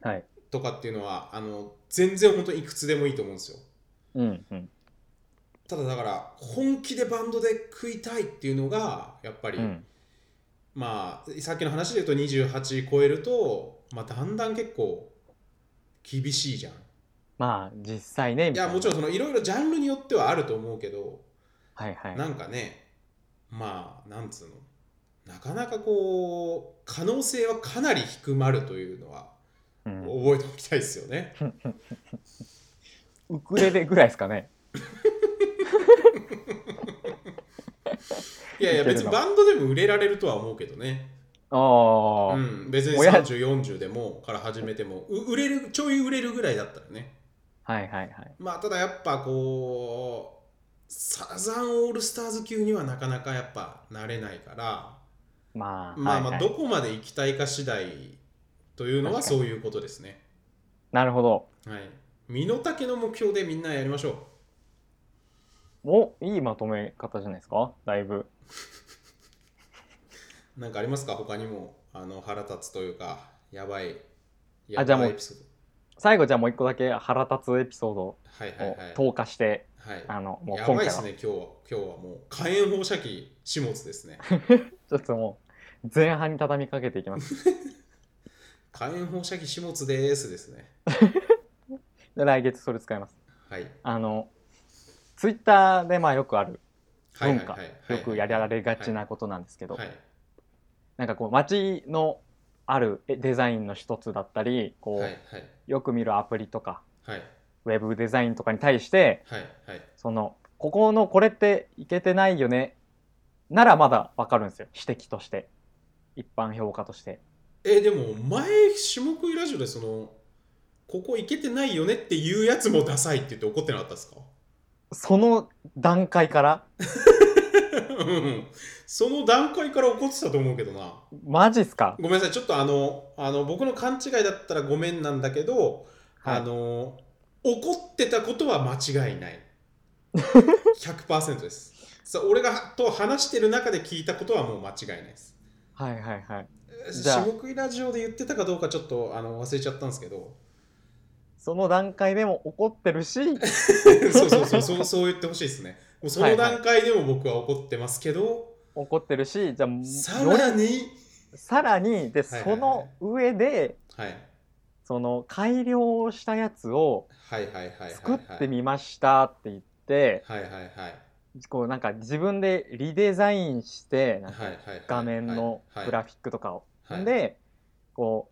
A: はい。
B: とかっていうのはあの全然本当にいくつでもいいと思うんですよ
A: うんうん。
B: ただだから本気でバンドで食いたいっていうのがやっぱり、
A: うん。
B: まあさっきの話で言うと28超えると、まあ、だんだん結構厳しいじゃん
A: まあ実際ね。
B: いやもち
A: ろん。
B: ろんそのいろいろジャンルによってはあると思うけど
A: はいはい。
B: なんかねまあなんつうのなかなかこう可能性はかなり低まるというのは
A: うん、
B: 覚えておきたいです よね。
A: ウクレレぐらいですかね。
B: いやいや、
A: いけるな
B: 別にバンドでも売れられるとは思うけどね。
A: ああ、
B: うん、別に
A: 親
B: 30、40でもから始めても、う売れる、ちょい売れるぐらいだったらね。
A: はいはいはい。
B: まあ、ただやっぱこう、サザンオールスターズ級にはなかなかやっぱなれないから、
A: まあ、
B: まあ
A: はい
B: ま
A: は
B: あ、
A: い
B: どこまで行きたいか次第というのはそういうことですね。
A: なるほど。
B: はい。身の丈の目標でみんなやりましょう。
A: お、いいまとめ方じゃないですかだいぶ。
B: なんかありますか他にもあの腹立つというかやばいやばい
A: あじゃあもう
B: エピソー
A: 最後じゃあもう一個だけ腹立つエピソードを
B: ドはいはいはい
A: 投下して、
B: は
A: あの、
B: い
A: もう
B: や
A: 今
B: ば
A: 回
B: いで
A: は、
B: すね今日は今日はもう火炎放射器始末です ね
A: ちょっともう前半に畳みかけていきます。
B: 火炎放射器始末ですですね
A: で来月それ使います。
B: はい
A: あの、ツイッターでまあよくある、
B: はいはい
A: 文
B: は
A: 化
B: いはい
A: よくやられがちなことなんですけど、
B: はい
A: なんかこう街のあるえデザインの一つだったり、こう、
B: はいはい
A: よく見るアプリとか、
B: はい
A: ウェブデザインとかに対して、
B: はいはい
A: その、ここのこれっていけてないよね、ならまだわかるんですよ。指摘として。一般評価として。
B: えでも前下食いラジオでそのここ行けてないよねっていうやつもダサいって言って怒ってなかったですか
A: その段階から、
B: うんその段階から怒ってたと思うけどな
A: マジっすか
B: ごめんなさい、ちょっとあの、あの僕の勘違いだったらごめんなんだけど、
A: はい
B: あの、怒ってたことは間違 いない。100%です。さ俺がと話してる中で聞いたことはもう間違いないです。
A: はいはいはい。じゃあ
B: 下食いラジオで言ってたかどうかちょっとあの忘れちゃったんですけど、
A: その段階でも怒ってるし、
B: そうそうそうそう、そう言ってほしいですね。もうその段階でも僕は怒ってますけど、
A: 怒ってるし、じゃあ、よ
B: さら
A: り
B: に、
A: さらに、で、
B: はいはい
A: その上で、
B: はい、
A: その改良したやつを
B: はいはいはいはいはい。
A: 作ってみましたって言って、
B: はいはいはい。
A: こうなんか自分でリデザインして、なんか
B: はいはいはい
A: 画面のグラ
B: フ
A: フィックとかを。
B: はい
A: でこ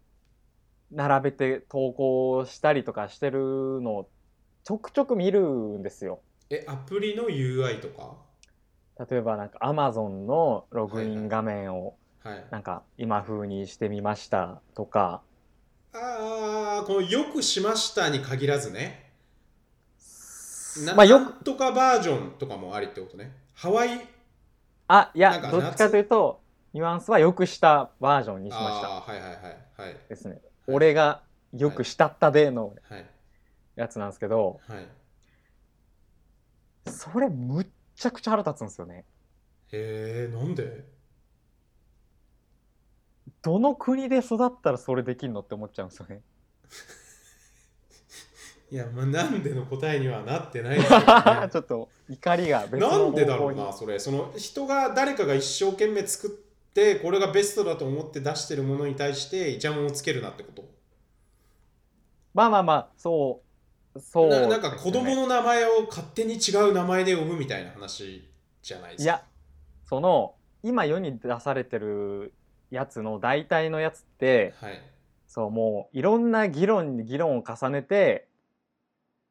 A: う並べて投稿したりとかしてるのをちょくちょく見るんですよ。
B: え、アプリの UI とか
A: 例えばなんか Amazon のログイ
B: はいはい
A: ン画面を
B: はい。
A: なんか今風にしてみましたとか
B: ああ、このよくしましたに限らずね。な
A: まあよ
B: な
A: く
B: んとかバージョンとかもありってことね。ハワイ
A: あい
B: なん
A: や
B: か
A: どっちかというとニュアンスはよくしたバージョンにしました
B: ああー、はいはいはい。はい。
A: ですね。俺がよくしたったでの
B: はい。
A: やつなんですけど
B: はい。へ
A: それむっちゃくちゃ腹立つんですよね。
B: え、なんで
A: どの国で育ったらそれできるのって思っちゃうんですよね。
B: いや、まあ、なんでの答えにはなってないですよね、
A: ちょっと怒りが別の方
B: な
A: 向
B: ん
A: に
B: でだろうな、それ。その人が、誰かが一生懸命作って、これがベストだと思って出してるものに対して、イチャモンをつけるなってこと。
A: まあまあまあそうそう
B: ななんか
A: です
B: 子供
A: よね
B: の名前を勝手に違う名前で呼ぶみたいな話じゃないですか。
A: いやその今世に出されてるやつの大体のやつって
B: はい。
A: そうもういろんな議論に議論を重ねて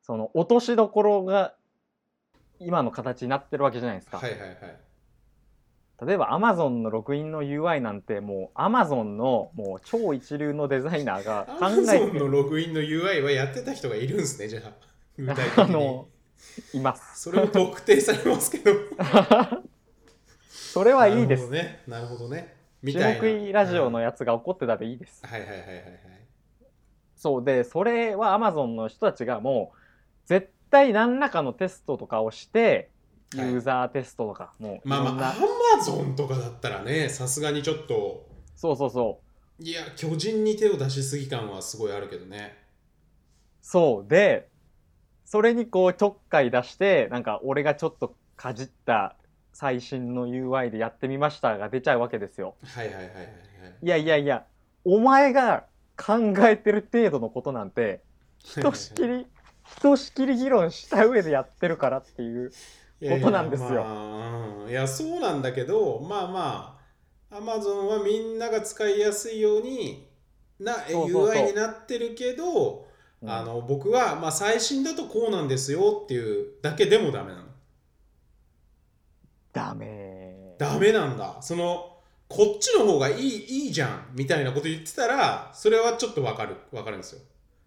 A: その落としどころが今の形になってるわけじゃないですか、
B: はいはいはい。
A: 例えば Amazon のログインの UI なんてもう Amazon のもう超一流のデザイナーが考え
B: Amazon
A: て
B: のログインの UI はやってた人がいるんですね、じゃ あ。具体的
A: あ
B: に
A: の。います
B: それも特定されますけど。
A: それはいいで
B: なるほ
A: す
B: どね。なるほどね。みたい
A: 注
B: な。
A: 目ラジオのやつが怒ってたでいいです。
B: はいはいはいはいはい。
A: そうでそれは Amazon の人たちがもう絶対何らかのテストとかをしてユ
B: はい
A: ーザーテストとか、もうい
B: まあ
A: ろんな、
B: まあ、Amazon とかだったらね、さすがにちょっと、
A: そうそうそう
B: いや、巨人に手を出しすぎ感はすごいあるけどね。
A: そうでそれにこうちょっかい出してなんか俺がちょっとかじった最新の UI でやってみましたが出ちゃうわけですよ。
B: はいはいはいはいはい。
A: いやいやいやお前が考えてる程度のことなん てひとしきりひとしきり議論した上でやってるからっていう。ことなんですよ
B: いやいや,、まあうんいやそうなんだけどまあまあアマゾンはみんなが使いやすいようになえ
A: そうそうそう
B: UI になってるけど
A: うん
B: あの僕は、まあ、最新だとこうなんですよっていうだけでもダメなの。
A: ダメね
B: ダメなんだそのこっちの方がいいいいじゃんみたいなこと言ってたらそれはちょっとわかるわかるんですよ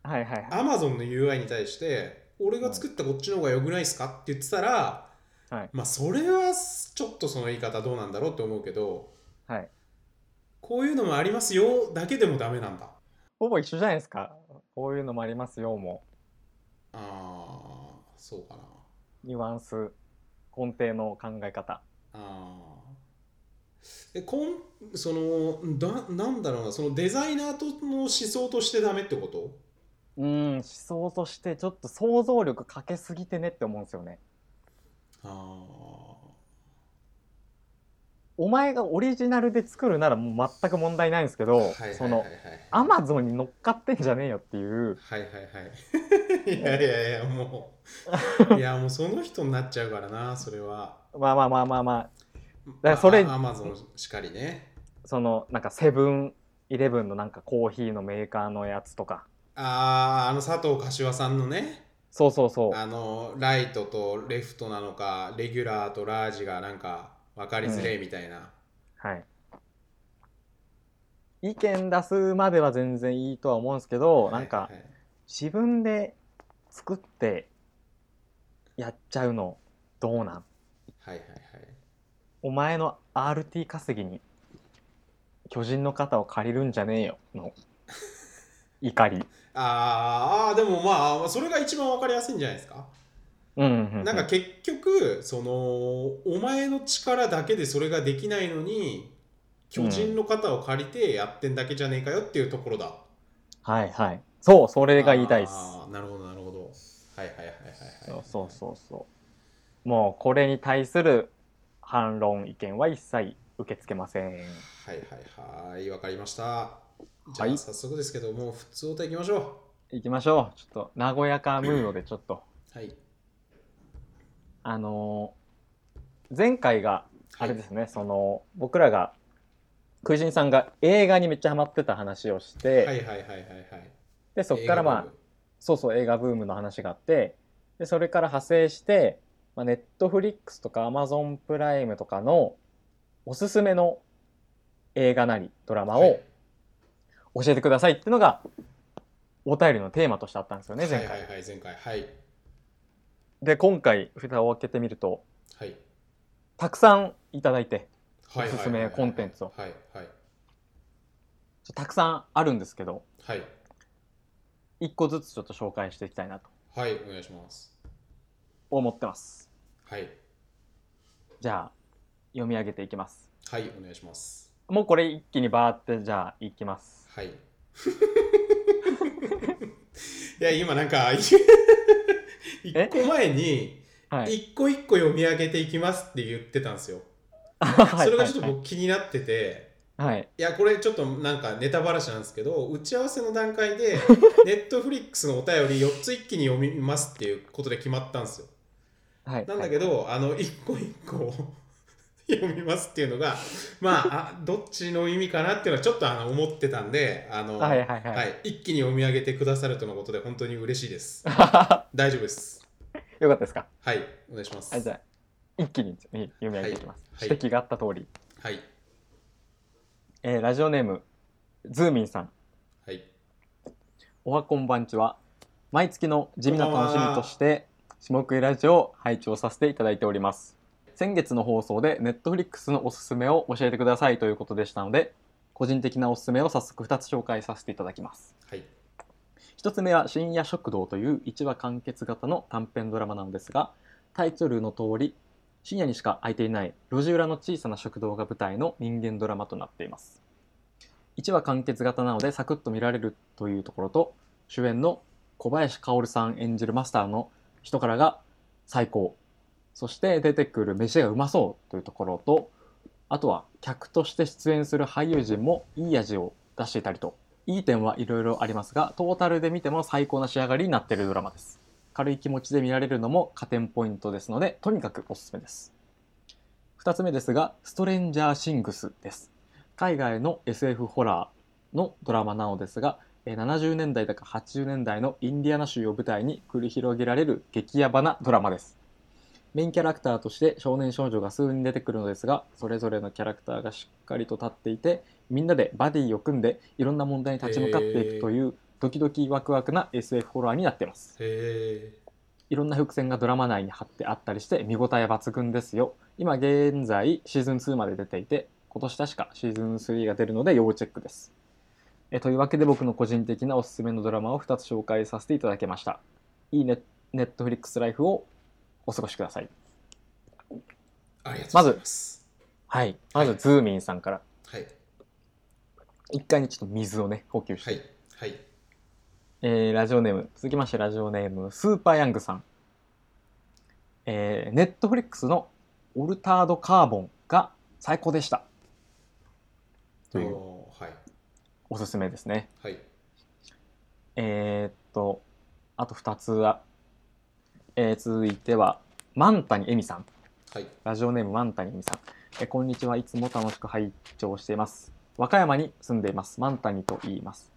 A: はいはいはい
B: Amazon の UI に対して俺が作ったこっちの方が良くないですかって言ってたら、
A: はい
B: まあそれはちょっとその言い方どうなんだろうって思うけど
A: はい
B: こういうのもありますよだけでもダメなんだ
A: ほぼ一緒じゃないですかこういうのもありますよも
B: あーそうかな
A: うニュアンス根底の考え方
B: あーえこんそのだなんだろうなそのデザイナーとの思想としてダメってこと
A: うん思想としてちょっと想像力かけすぎてねって思うんですよね
B: あ
A: お前がオリジナルで作るならもう全く問題ないんですけ
B: あ
A: ど、
B: はいはい
A: そ
B: はいはい
A: のアマゾンに乗っかってんじゃねえよっていう
B: はいはいはいいやいやいやもういやもうその人になっちゃうからなそれは
A: まあまあまあまあまあ
B: ま
A: ら
B: あ
A: それ
B: アマゾンしかりね
A: そのなんかセブンイレブンのなんかコーヒーのメーカーのやつとか
B: あああの佐藤柏さんのね
A: そうそうそう
B: あのライトとレフトなのかレギュラーとラージがなんか分かりづれえみたいな、
A: はい意見出すまでは全然いいとは思うんですけど、
B: はい
A: なんか
B: はい
A: 自分で作ってやっちゃうのどうなん
B: はいはいはい
A: お前の RT 稼ぎに巨人の肩を借りるんじゃねえよの怒 り。
B: あーあーでもまあそれが一番分かりやすいんじゃないですか
A: うんうんうん
B: なんか結局そのお前の力だけでそれができないのに巨人の肩を借りてやってんだけじゃねえかよっていうところだ、
A: はいはい。そう、そ
B: そ
A: れが言いたいです。
B: なるほどなるほどはいはいはいはい
A: そ
B: は
A: う
B: い
A: そうそうそう。もうこれに対する反論意見は一切受け付けません。
B: はいはいはいわかりましたじゃ
A: は
B: あ、
A: い
B: 早速ですけどもう普通歌いきましょ
A: 行きましょう。ちょっと和やかムードでちょっと。
B: うはい
A: あのー前回があれです
B: ね
A: ね、その僕らがクイジンさんが映画にめっちゃハマってた話をして、
B: はいはいはいはいはい
A: でそこからまあそうそう映画ブームの話があってでそれから派生して、まあ、ネットフリックスとかアマゾンプライムとかのおすすめの映画なりドラマ
B: はい
A: を教えてくださいっていうのがお便りのテーマとしてあったんですよね前回、
B: はいはいはい前回はい
A: で今回蓋を開けてみると
B: はい
A: たくさんいただいて
B: はいはいはいはい
A: おすすめコンテンツを
B: はいはい
A: ちょたくさんあるんですけど
B: はい
A: 一個ずつちょっと紹介していきたいなと
B: はいお願いします
A: 思ってます
B: はい
A: じゃあ読み上げていきます
B: はいお願いします
A: もうこれ一気にバーってじゃあいきます
B: はい いや今なんか 一個前に
A: はい
B: 一個一個読み上げていきますって言ってたんですよそれがちょっと僕気になってて
A: はい。
B: いやこれちょっとなんかネタばらしなんですけど打ち合わせの段 階でネットフリックスのお便り4つ一気に読みますっていうことで決まったんですよ
A: はい。
B: なんだけど、あの一個一個 読みますっていうのがまああどっちの意味かなっていうのはちょっとあの思ってたんであの、
A: はいはいはい。
B: はい一気に読み上げてくださるとのことで本当に嬉しいです。大丈夫です。
A: よかったですか。
B: はい、お願いします。
A: はい、じゃあ、一気に読み上げていきます。
B: はい
A: 指摘があった通り、
B: はい、
A: えーラジオネーム、ズーミンさん、
B: はい、
A: おはこんばんちは。毎月の地味な
B: こんばんは
A: 楽しみとして、下食いラジオを拝聴させていただいております。先月の放送で、ネットフリックスのおすすめを教えてくださいということでしたので、個人的なおすすめを早速2つ紹介させていただきます。
B: はい、
A: 一つ目は「深夜食堂」という1話完結型の短編ドラマなのですがタイトルの通り深夜にしか空いていない路地裏の小さな食堂が舞台の人間ドラマとなっています1話完結型なのでサクッと見られるというところと主演の小林薫さん演じるマスターの人柄が最高そして出てくる飯がうまそうというところとあとは客として出演する俳優陣もいい味を出していたりといい点はいろいろありますがトータルで見ても最高な仕上がりになっているドラマです軽い気持ちで見られるのも加点ポイントですのでとにかくおすすめです2つ目ですがストレンジャーシングスです海外の SF ホラーのドラマなのですがえー70年代だか80年代のインディアナ州を舞台に繰り広げられる激ヤバなドラマですメインキャラクターとして少年少女が数人出てくるのですがそれぞれのキャラクターがしっかりと立っていてみんなでバディを組んでいろんな問題に立ち向かっていくというドキドキワクワクな SF ホラーになっています
B: へ
A: いろんな伏線がドラマ内に貼ってあったりして見応え抜群ですよ今現在シーズン2まで出ていて今年確かシーズン3が出るので要チェックですえというわけで僕の個人的なおすすめのドラマを2つ紹介させていただきましたいいネネットフリックスライフをお過ごしください
B: ーありがとうございます
A: はい、まずズーミンさんから
B: はい
A: 一回にちょっと水をね補給して、
B: はいはい
A: えーラジオネーム続きましてラジオネームスーパーヤングさんえー、ネットフリックスの「オルタードカーボン」が最高でしたという
B: おーはい
A: おすすめですね
B: はい
A: えーっとあと2つは、えー続いてはマンタニエミさん
B: はい
A: ラジオネームマンタニミさん。えーこんにちは。いつも楽しく拝聴しています。和歌山に住んでいます。マンタニと言います。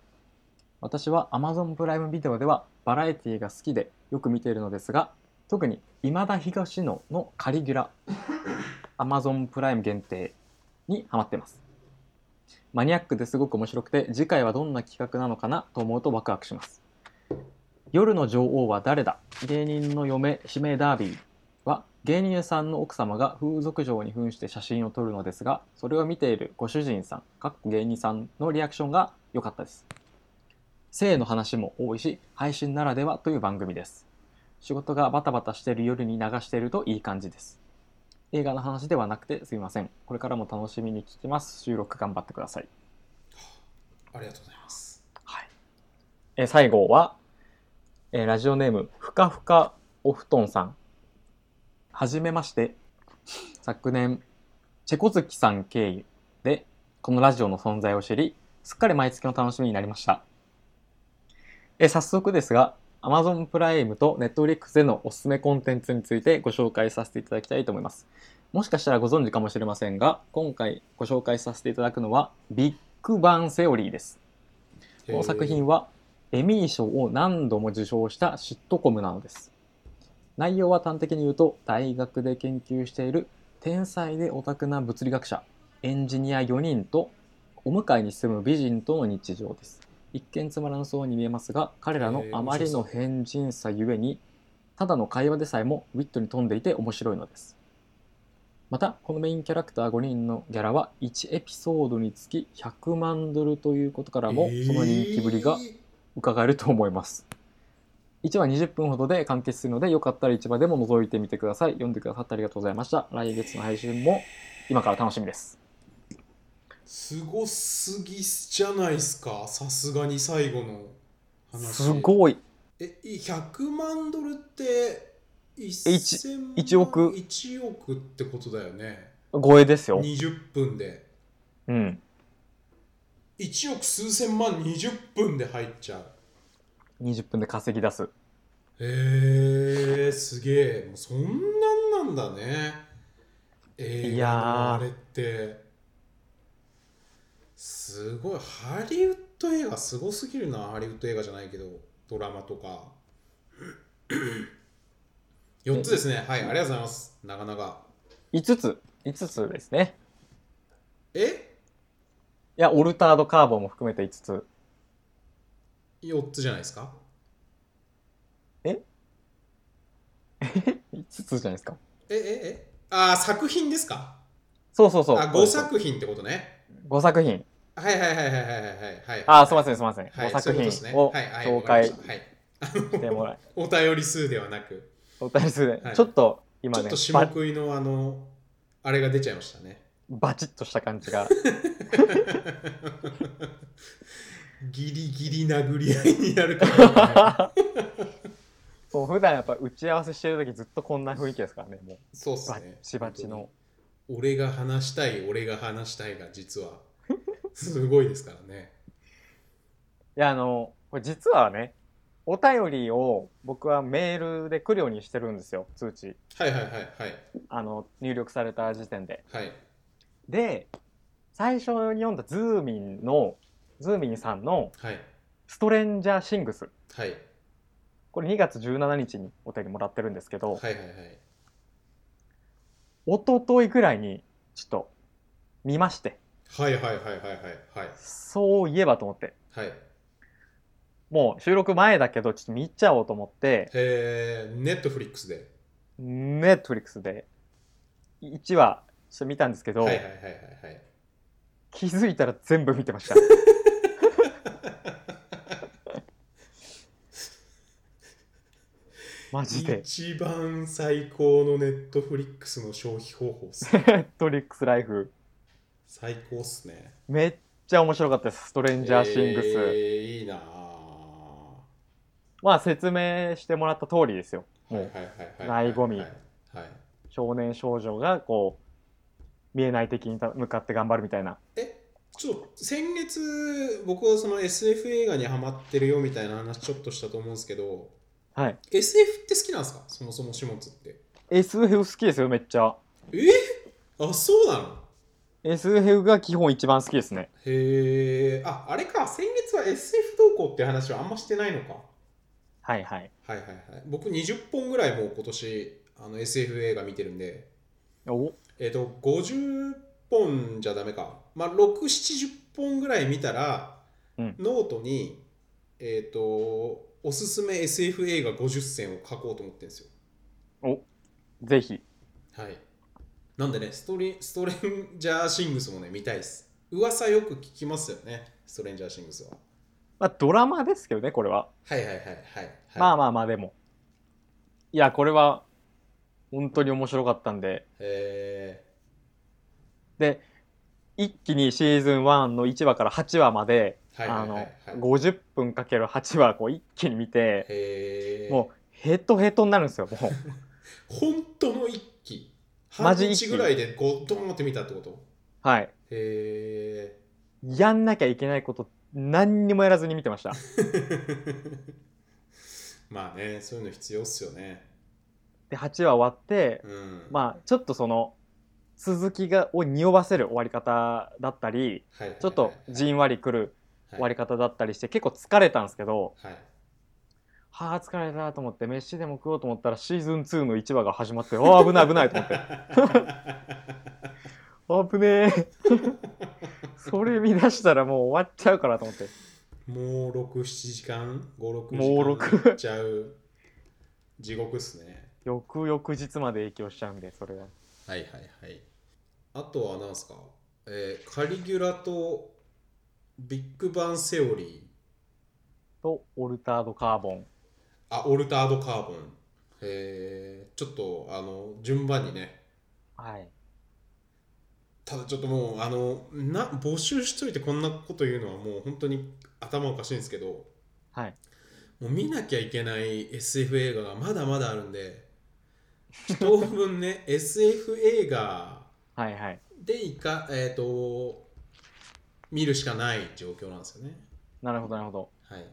A: 私は Amazon プライムビデオではバラエティが好きでよく見ているのですが、特に今田東野のカリギュラ、Amazon プライム限定にハマっています。マニアックですごく面白くて、次回はどんな企画なのかなと思うとワクワクします。夜の女王は誰だ芸人の嫁、指名ダービー。は芸人さんの奥様が風俗嬢に扮して写真を撮るのですがそれを見ているご主人さんかっこ芸人さんのリアクションが良かったです性の話も多いし配信ならではという番組です仕事がバタバタしてる夜に流しているといい感じです映画の話ではなくてすみませんこれからも楽しみに聞きます収録頑張ってください、
B: ありがとうございます
A: はいえー最後は、えーラジオネームふかふかお布団さんはじめまして昨年チェコ月さん経由でこのラジオの存在を知りすっかり毎月の楽しみになりましたえー早速ですが Amazon プライムと Netflix でのおすすめコンテンツについてご紹介させていただきたいと思いますもしかしたらご存知かもしれませんが今回ご紹介させていただくのはビッグバンセオリーですこの作品
B: は
A: はエミー賞を何度も受賞したシットコムなのです内容は端的に言うと大学で研究している天才でオタクな物理学者エンジニア4人とお向かいに住む美人との日常です一見つまらなそうに見えますが彼らの
B: へー
A: あまりの変人さゆえにただの会話でさえもウィットに富んでいて面白いのですまたこのメインキャラクター5人のギャラは1エピソードにつき100万ドルということからもその人気ぶりが伺えると思います1話20分ほどで完結するのでよかったら1話でも覗いてみてください読んでくださってありがとうございました来月の配信も今から楽しみです
B: すごすぎじゃないですかさすがに最後の話
A: すごい
B: えい100万ドルって1000万
A: 一億
B: 1億ってことだよね
A: 超えですよ
B: 20分で
A: うん
B: 1億数千万20分で入っちゃう
A: 20分で稼ぎ出す
B: へえー、すげえもうそんなんなんだねえ
A: いやー
B: あれってすごいハリウッド映画すごすぎるなハリウッド映画じゃないけどドラマとか4つですねはいありがとうございますなかなか
A: 5つ5つですね
B: え
A: いやオルタードカーボンも含めて5つ
B: 4つじゃないですか
A: 5つじゃないですか
B: えええああ作品ですか
A: そうそうそう
B: あ5作品ってことね
A: 5作品
B: はいはいはいはいはいはいはい
A: あーすいませんすいません、
B: は
A: 5
B: い
A: 作
B: そう
A: 品
B: いうことですね
A: を
B: はいはい
A: 紹
B: わか
A: 介
B: り
A: し
B: ましたはい
A: てもらい
B: お便り数ではなく、
A: お便りする、
B: はい
A: ちょっと
B: ち
A: 今
B: ょっ
A: ね
B: と下
A: バ
B: 食いのあの、あれが出ちゃい ましたね。
A: バチッとした感じが
B: ギリギリ殴り合いになる から、
A: そう普段やっぱ打ち合わせしてる時ずっとこんな雰囲気ですからねも
B: そうっ
A: う
B: す
A: バッ
B: ね。
A: チバチの。
B: 俺が話したい、俺が話したいが 実は、すごいですからね。
A: いやあのこれ実はねお便りを僕はメールで来るようにしてるんですよ通知
B: はいはいはいはい。
A: あの入力された時点で
B: はい。
A: で最初に読んだズーミンのズーミンさんの
B: はい。
A: 「ストレンジャーシングス
B: はい。」
A: これ2月17日にお便りもらってるんですけど、
B: はいはいはい。
A: 一昨日ぐらいにちょっと見まして
B: はいはいはいはいはいはい
A: そういえばと思って
B: はいへ
A: もう収録前だけどちょっと見ちゃおうと思って
B: えネットフリックスで
A: Netflix で1話ちょっと見たんですけど、
B: はいはいはいはいはい
A: 気づいたら全部見てま したマジで
B: 一番最高のネットフリックスの消費方法っ すね
A: ネットフリックスライフ
B: 最高っすね
A: めっちゃ面白かったですストレンジャーシングス、
B: えーいいなあ
A: まあ説明してもらった通りですよも
B: はいは
A: う
B: いはいはい
A: 醍醐味
B: はいはい
A: 少年少女がこう見えない敵に向かって頑張るみたいな
B: えちょっと先月僕はその SF 映画にハマってるよみたいな話ちょっとしたと思うんですけど
A: はい
B: SF って好きなんですかそもそも始末って。
A: SF 好きですよめっちゃ
B: えあそうなの
A: SF が基本一番好きですね
B: へえああれか先月は SF 動向っていう話はあんましてないのか。
A: はいはい
B: はいはいはい僕20本ぐらいもう今年あの SF 映画見てるんで
A: お
B: えっ、と50本じゃダメかまあ670本ぐらい見たら、
A: うん
B: ノートにえっ、とおすすめ SF 映画50選を書こうと思ってるんですよ
A: ぜひ
B: はいなんでねストリストレンジャーシングスもね見たいです噂よく聞きますよねストレンジャーシングスは
A: まあドラマですけどねこれは
B: はいはいはいはい、はい、
A: まあまあまあでもいやこれは本当に面白かったんで
B: え
A: で一気にシーズン1の1話から8話まで、
B: ー、はいはいはい
A: あ
B: はい
A: の50分かける8話こう一気に見て、
B: へー
A: もうヘトヘトになるんですよ もう
B: 本当の一気
A: マ
B: 半
A: ジ一
B: 日
A: 気
B: ぐらいでゴドーンって見たってこと
A: はい
B: へ
A: やんなきゃいけないこと何にもやらずに見てました
B: え まあねそういうの必要っすよね
A: で8話終わって
B: うん
A: まあちょっとその続きがを匂わせる終わり方だったり
B: あ、はいはいはいはい
A: ちょっとじんわりくる終わり
B: か
A: 方だったりして結構疲れたんですけど、
B: はい
A: はあ疲れたと思って飯でも食おうと思ったらシーズン2の1話が始まってああ危ない危ないと思ってあぶねえ それ見出したらもう終わっちゃうからと思って
B: もう67時間56
A: もう
B: 時
A: 六
B: 間になっちゃう地獄っすね
A: 翌々日まで影響しちゃうんでそれが
B: はいはいはいあとは何すか、えーカリギュラとビッグバンセオリー
A: とオルタードカーボン
B: あ、オルタードカーボン。えー、ちょっと、あの、順番にね。
A: はい
B: ただちょっともう、あの、な、募集しといてこんなこと言うのはもう本当に頭おかしいんですけど、も
A: はいう
B: 見なきゃいけない SF 映画がまだまだあるんで、当分ね、SF 映画
A: はいはい
B: でいか、えっ、と、見るしかない状況なんですよね。
A: なるほどなるほど
B: はい。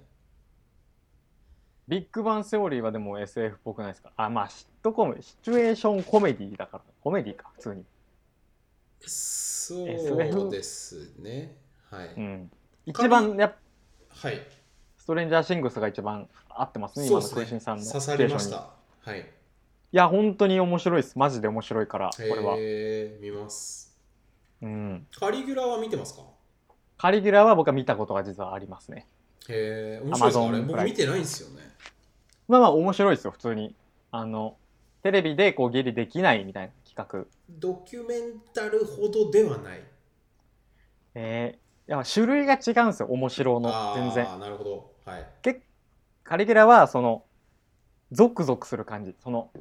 A: ビッグバンセオリーはでも SF っぽくないですかあまあシットコメシチュエーションコメディだからコメディか普通に
B: そうですね。はい。
A: うん一番やっぱ
B: はい。
A: ストレンジャーシングスが一番合ってますね今の
B: そう
A: 空
B: ですね
A: 心さんの
B: 刺さ
A: シチュエ
B: り
A: ーションに
B: ました。はい。
A: いや本当に面白いですマジで面白いからこれは、
B: えー、見ます。
A: うん、
B: カリギュラは見てますか
A: カリギュラは僕は見たことが実はありますね
B: へえ、面白いですねあれ。
A: Amazon プ
B: 僕
A: ライム
B: 見てないんですよね。
A: まあまあ面白いですよ普通にあのテレビでこうギリできないみたいな企画
B: ドキュメンタルほどではない。
A: えー、いや種類が違うんですよ面白の
B: あ
A: 全然
B: あー、なるほど。はい。
A: けカリギュラはそのゾクゾクする感じその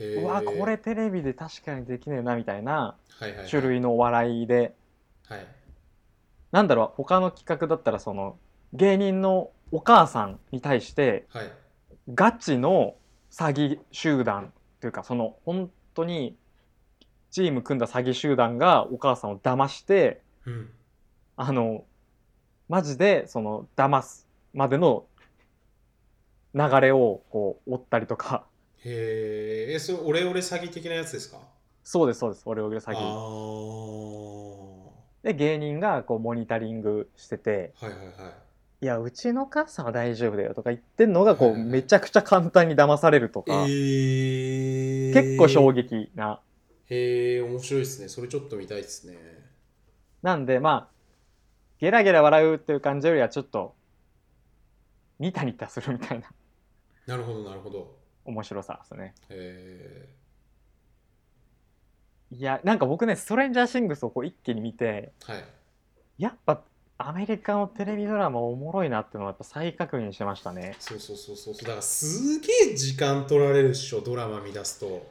B: へー
A: うわこれ。テレビで確かにできねえなみたいな
B: はいはいはい、
A: 種類のお笑いで
B: はい。
A: なんだろう他の企画だったらその芸人のお母さんに対して
B: はい。
A: ガチの詐欺集団というかその本当にチーム組んだ詐欺集団がお母さんを騙して
B: うん。
A: あのマジでその騙すまでの流れをこう追ったりとか
B: へーえ、それ、オレオレ詐欺的なやつですか
A: そうですそうですオレオレ詐
B: あ
A: 欺
B: ー
A: で芸人がこうモニタリングしてて
B: はいはいはい。
A: 「いやうちの母さんは大丈夫だよ」とか言ってんのがこ
B: は
A: う
B: いはいはい
A: めちゃくちゃ簡単に騙されるとか
B: えー、
A: 結構衝撃な
B: へえ、面白いですね。それちょっと見たいですね。
A: なんでまあゲラゲラ笑うっていう感じよりはちょっとニタニタするみたいな
B: なるほど、なるほど。
A: 面白さですね
B: へ
A: いやなんか僕ねストレンジャーシングスをこう一気に見て
B: え、はい。
A: やっぱアメリカのテレビドラマおもろいなっていうのをやっぱ再確認しましたね
B: そうそうそうそう。だからすげえ時間取られるっしょ、ドラマ見出すと。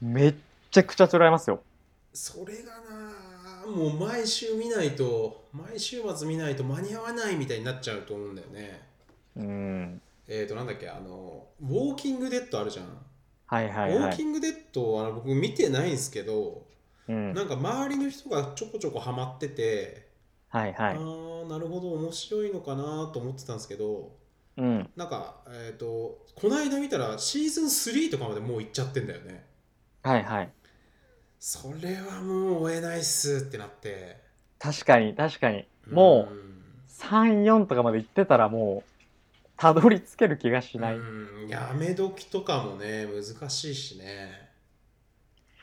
A: めっちゃくちゃ取られますよ
B: それがなあもう毎週見ないと、毎週末見ないと間に合わないみたいになっちゃうと思うんだよね。
A: うん
B: えっ、ー、と、なんだっけ、あの、ウォーキングデッドあるじゃん。
A: はいはい
B: ウォ
A: は
B: ーキ
A: い、
B: ングデッドは僕見てないんですけど、
A: うん、
B: なんか周りの人がちょこちょこハマってて、
A: はいは
B: あ
A: い
B: ーなるほど面白いのかなと思ってたんですけど
A: うん
B: なんか、えー、とこの間見たらシーズン3とかまでもう行っちゃってんだよね
A: はいはい
B: それはもう追えないっすってなって
A: 確かに確かにも
B: う
A: うん34とかまで行ってたらもうたどり着ける気がしない、
B: うんやめ時とかもね難しいしね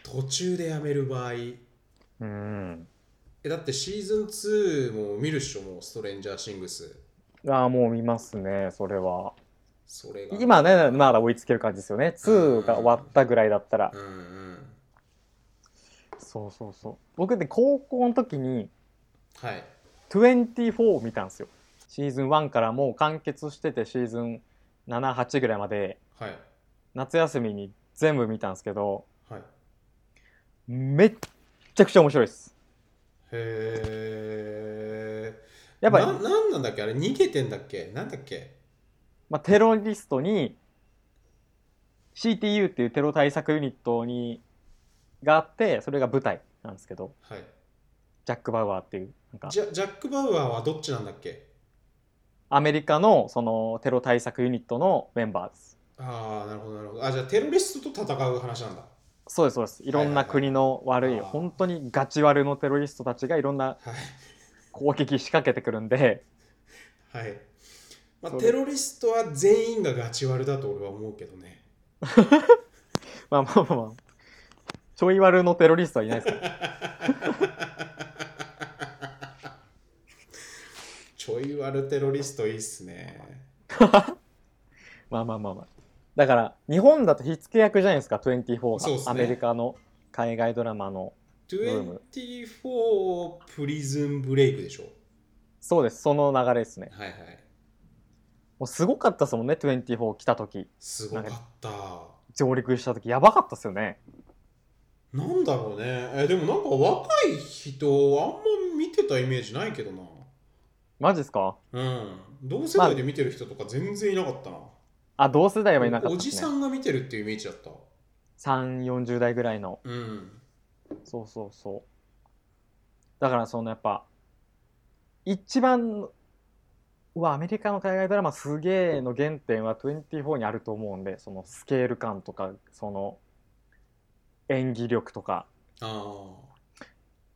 B: 途中でやめる場合
A: うん、
B: えだってシーズン2も見るっしょもうストレンジャーシングス
A: ああもう見ますねそれは
B: それが
A: 今ねまだ追いつける感じですよね2が終わったぐらいだったら
B: うんうん
A: そうそうそう僕で高校の時に
B: はい
A: 24を見たんですよシーズン1からもう完結しててシーズン78ぐらいまで
B: はい
A: 夏休みに全部見たんですけど
B: はいへ
A: めっちゃくちゃ面白いです
B: え
A: やっぱり、
B: ななんなんだっけあれ逃げてんだっけなんだっけ
A: まあ、テロリストに CTU っていうテロ対策ユニットにがあってそれが舞台なんですけど
B: はい
A: ジャック・バウアーっていうなんか
B: ジャジャック・バウアーはどっちなんだっけ
A: アメリカのそのテロ対策ユニットのメンバーです
B: ああなるほどなるほどあじゃあテロリストと戦う話なんだ
A: そうですそうですいろんな国の悪い,、
B: はいはいはい
A: 本当にガチ悪のテロリストたちがいろんな
B: はい
A: 攻撃仕掛けてくるんで
B: はい、まあ、
A: そう
B: テロリストは全員がガチ悪だと俺は思うけどね
A: まあまあまあまあちょい悪のテロリストはいないです けど
B: ちょい悪テロリストいいっすね
A: まあまあまあまあだから日本だと火付け役じゃないですか24が、
B: そうっすね
A: アメリカの海外ドラマの
B: 24プリズンブレイクでしょ
A: そうですその流れですね
B: はいはい
A: もうすごかったですもんね24来た時
B: すごかった
A: 上陸した時やばかったですよね
B: なんだろうねえでもなんか若い人あんま見てたイメージないけどな
A: マジですか
B: うん同世代で見てる人とか全然いなかったな、
A: あ同世代はいなかった
B: お
A: で
B: じ
A: す
B: さ
A: ね
B: んが見てるっていうイメージだった
A: 3 4 0代ぐらいの
B: うん
A: そうそうそうだからそのやっぱ一番うわアメリカの海外ドラマすげえの原点は24にあると思うんでそのスケール感とかその演技力とか
B: あ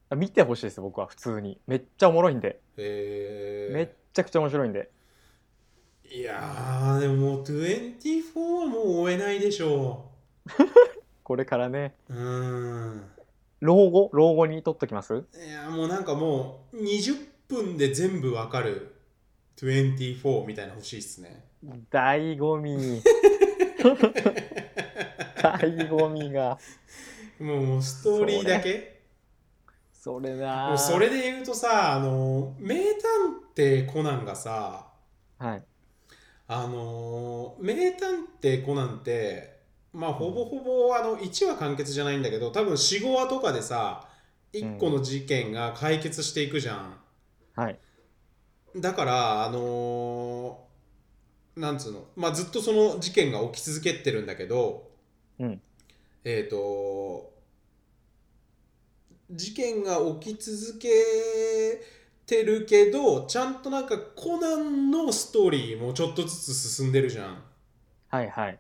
B: あ
A: 見てほしいです僕は普通にめっちゃおもろいんで
B: へえ
A: めっちゃくちゃ面白いんで
B: いやーでも24はもう追えないでしょ
A: これからね
B: ううーん
A: 老後老後に撮っときます
B: いやーもうなんかもう20分で全部わかる24みたいなの欲しいっすね
A: 醍醐味 醍醐味が
B: もうもうストーリーだけ
A: それな
B: もうそれで言うとさあの名探偵コナンがさ
A: はい
B: あのー名探偵コナンってまあほぼほぼあの1話完結じゃないんだけど多分45話とかでさ1個の事件が解決していくじゃん
A: はい
B: だからあのーなんつうの、まあ、ずっとその事件が起き続けてるんだけど、
A: うん
B: えっ、と事件が起き続けてるけどちゃんとなんかコナンのストーリーもちょっとずつ進んでるじゃん
A: はいはい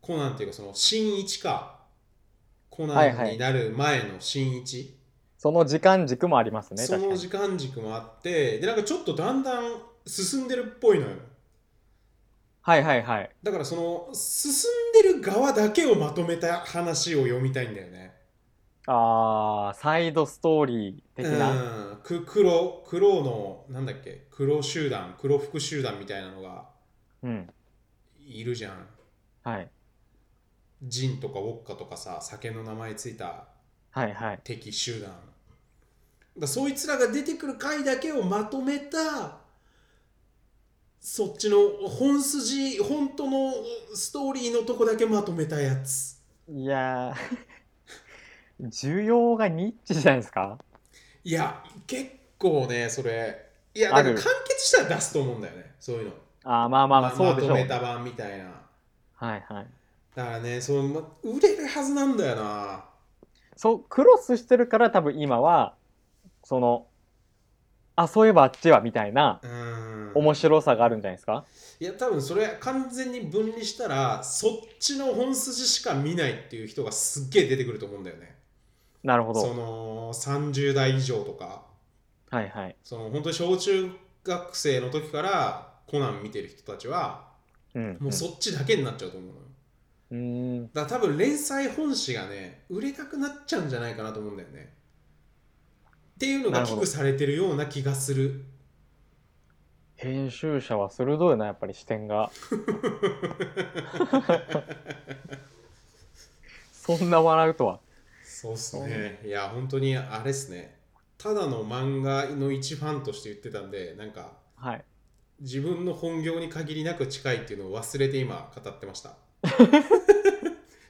B: コナンっていうかその新一かコ
A: は
B: ナ
A: いは
B: ン
A: い
B: になる前の新一、
A: その時間軸もありますね
B: そ
A: 確か
B: の
A: に
B: 時間軸もあってでなんかちょっとだんだん進んでるっぽいのよ
A: はいはいはい
B: だからその進んでる側だけをまとめた話を読みたいんだよね
A: あーサイドストーリー的な、
B: うんく黒黒のなんだっけ黒集団黒服集団みたいなのが
A: うん、
B: いるじゃん
A: はい
B: ジンとかウォッカとかさ酒の名前ついた
A: はいはい
B: 敵集団だそいつらが出てくる回だけをまとめたそっちの本筋本当のストーリーのとこだけまとめたやつ
A: いやー 需要がニッチじゃないですか
B: いや結構ねそれいや
A: あ
B: なん
A: る
B: か完結したら出すと思うんだよねそういうの
A: あーまあまあまあ
B: ま
A: そうでしょ
B: ま
A: う、
B: とめた版みたいな
A: はいはい
B: だからねそのま売れるはずなんだよな
A: そうクロスしてるから多分今はそのあそういえばあっちはみたいな
B: うん
A: 面白さがあるんじゃないですか
B: いや多分それ完全に分離したらそっちの本筋しか見ないっていう人がすっげえ出てくると思うんだよね
A: なるほ
B: そ
A: ど
B: の30代以上とか
A: はいはい
B: その本当に小中学生の時からコナン見てる人たちは
A: うん
B: もうそっちだけになっちゃうと思うのよ
A: うんうーん
B: だから多分連載本誌がね売れなくなっちゃうんじゃないかなと思うんだよねっていうの
A: なる
B: が
A: ほ
B: 危
A: ど
B: 惧されてるような気がする
A: 編集者は鋭いなやっぱり視点が そんな笑うとは
B: そうっすね。いや、本当にあれっすね。ただの漫画の一ファンとして言ってたんで、なんか、
A: はい
B: 自分の本業に限りなく近いっていうのを忘れて今語ってました。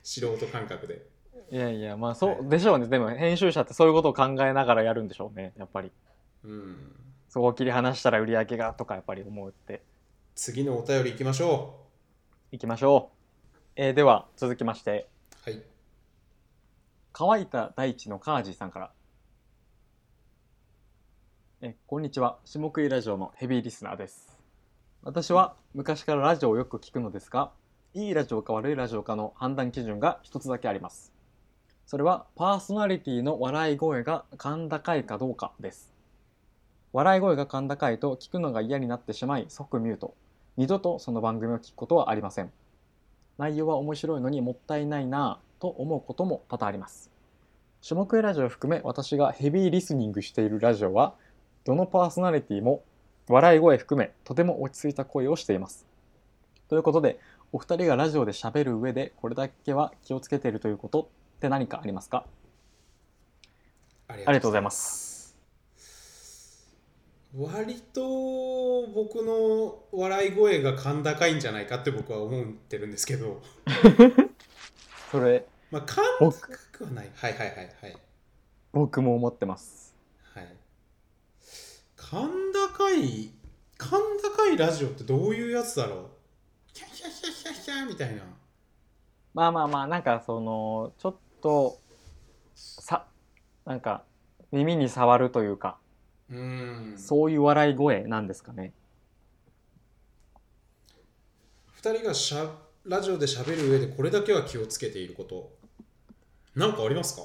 B: 素人感覚で。
A: いやいやまあそう、
B: はい
A: でしょうねでも編集者ってそういうことを考えながらやるんでしょうねやっぱり
B: うん。
A: そこを切り離したら売り上げがとかやっぱり思って
B: 次のお便り行きましょ
A: いきましょう、えーでは続きまして
B: う。はい。
A: 乾いた大地のカージーさんからえこんにちは下食いラジオのヘビーリスナーです私は昔からラジオをよく聞くのですがいいラジオか悪いラジオかの判断基準が一つだけありますそれはパーソナリティの笑い声が甲高いかどうかです笑い声が甲高いと聞くのが嫌になってしまい即ミュート二度とその番組を聞くことはありません内容は面白いのにもったいないなぁと思うことも多々あります。種目ラジオを含め私がヘビーリスニングしているラジオはどのパーソナリティも笑い声含めとても落ち着いた声をしています。ということでお二人がラジオで喋る上でこれだけは気をつけているということって何かありますか
B: あり。
A: ありがとうございますす。
B: 割と僕の笑い声が甲高いんじゃないかって僕は思ってるんですけど、
A: それ
B: まあ、甲高
A: 僕
B: くはない。はいはいはいはい。
A: 僕も思ってます。
B: はい。甲高い、甲高いラジオってどういうやつだろうキャヒャヒャヒャヒャみたいな。
A: まあまあまあなんかそのちょっとさなんか耳に触るというか
B: うーん。
A: そういう笑い声なんですかね。
B: 二人がしゃラジオで喋る上でこれだけは気をつけていること。なんかありますか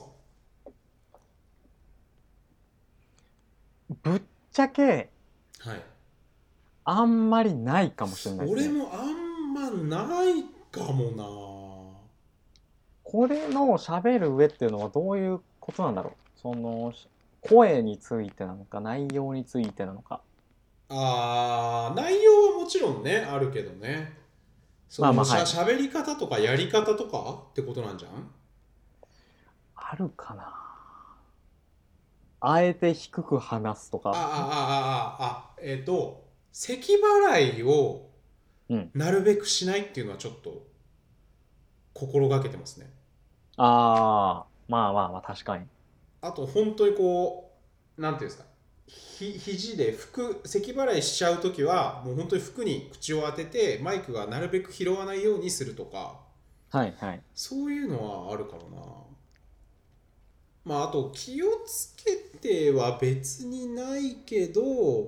A: ぶっちゃけ、
B: はい。
A: あんまりないかもしれないです
B: 俺
A: ね、
B: もあんまないかも
A: これの喋る上っていうのはどういうことなんだろうその、し声についてなのか、内容についてなのか。
B: な。あー、内容はもちろんね、あるけどね。その
A: まあまあはい
B: しゃ喋り方とかやり方とかってことなんじゃん
A: あるかなあえて低く話すと
B: ああ
A: か。
B: ああああえっ、と咳払いを
A: うん
B: なるべくしないっていうのはちょっと心がけてますね
A: ああ、まあまあまあ、確かに。
B: あと本当にこうなんていうんですかひ肘で服咳払いしちゃう時はもう本当に服に口を当ててマイクがなるべく拾わないようにするとか
A: はいはい。
B: そういうのはあるかもな。まああと気をつけては別にないけど、
A: うん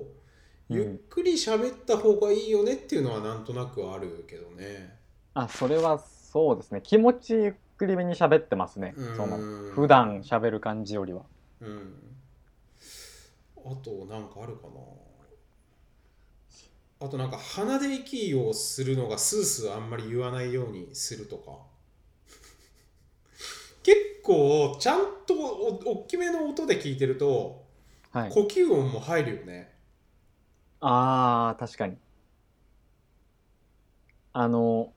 B: ゆっくり喋った方がいいよねっていうのはなんとなくあるけどね。
A: あ、それはそうですね。気持ちゆっくりめに喋ってますね。その、
B: の
A: 普段。喋る感じよりは。
B: うん。あとなんかあるかな。あとなんか鼻で息をするの がスースーあんまり言わないようにするとか。結構ちゃんとお大きめの音で聞いてると
A: はい。
B: 呼吸音も入るよね、
A: ああ、確かに。あの、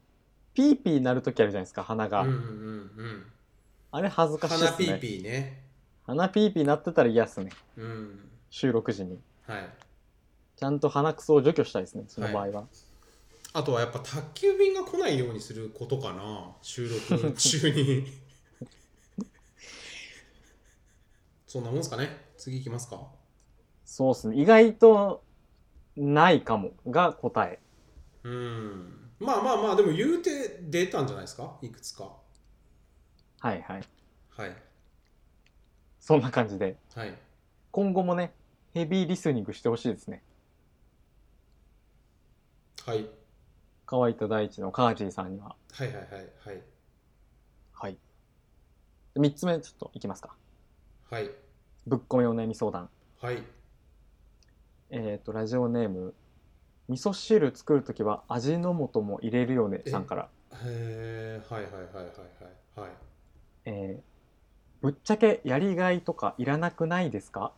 A: ピーピー鳴るときあるじゃないですか、鼻が。
B: うんうんうん
A: あれ恥ず
B: う
A: か
B: ん
A: しいっ
B: 鼻
A: す
B: ピ
A: ね。
B: ーピーね
A: 鼻ピーピー鳴ってたら嫌っすね。
B: うん
A: 収録時に。
B: はい
A: ちゃんと鼻くそを除去したいですね、その場合は。
B: あとはやっぱ宅急便が来ないようにすることかな収録中にそんなもんすかね次行きますか
A: そうっすね。意外と、ないかも。が答え。
B: うんまあまあまあでも言うて出たんじゃないですかいくつか
A: はいはい。
B: はい
A: そんな感じで。
B: はい
A: 今後もね、ヘビーリスニングしてほしいですね。
B: はい
A: 乾いた大地のカージーさんには。
B: はいはいはいはい
A: はい。3つ目、ちょっといきますか。
B: はい
A: ぶっこみお悩み相談。
B: はい
A: えっ、と、ラジオネーム、味噌汁作るときは味の素も入れるよね
B: え
A: さんから。
B: へーはいはいはいはいはいはい
A: えーぶっちゃけやりがいとかいらなくないですか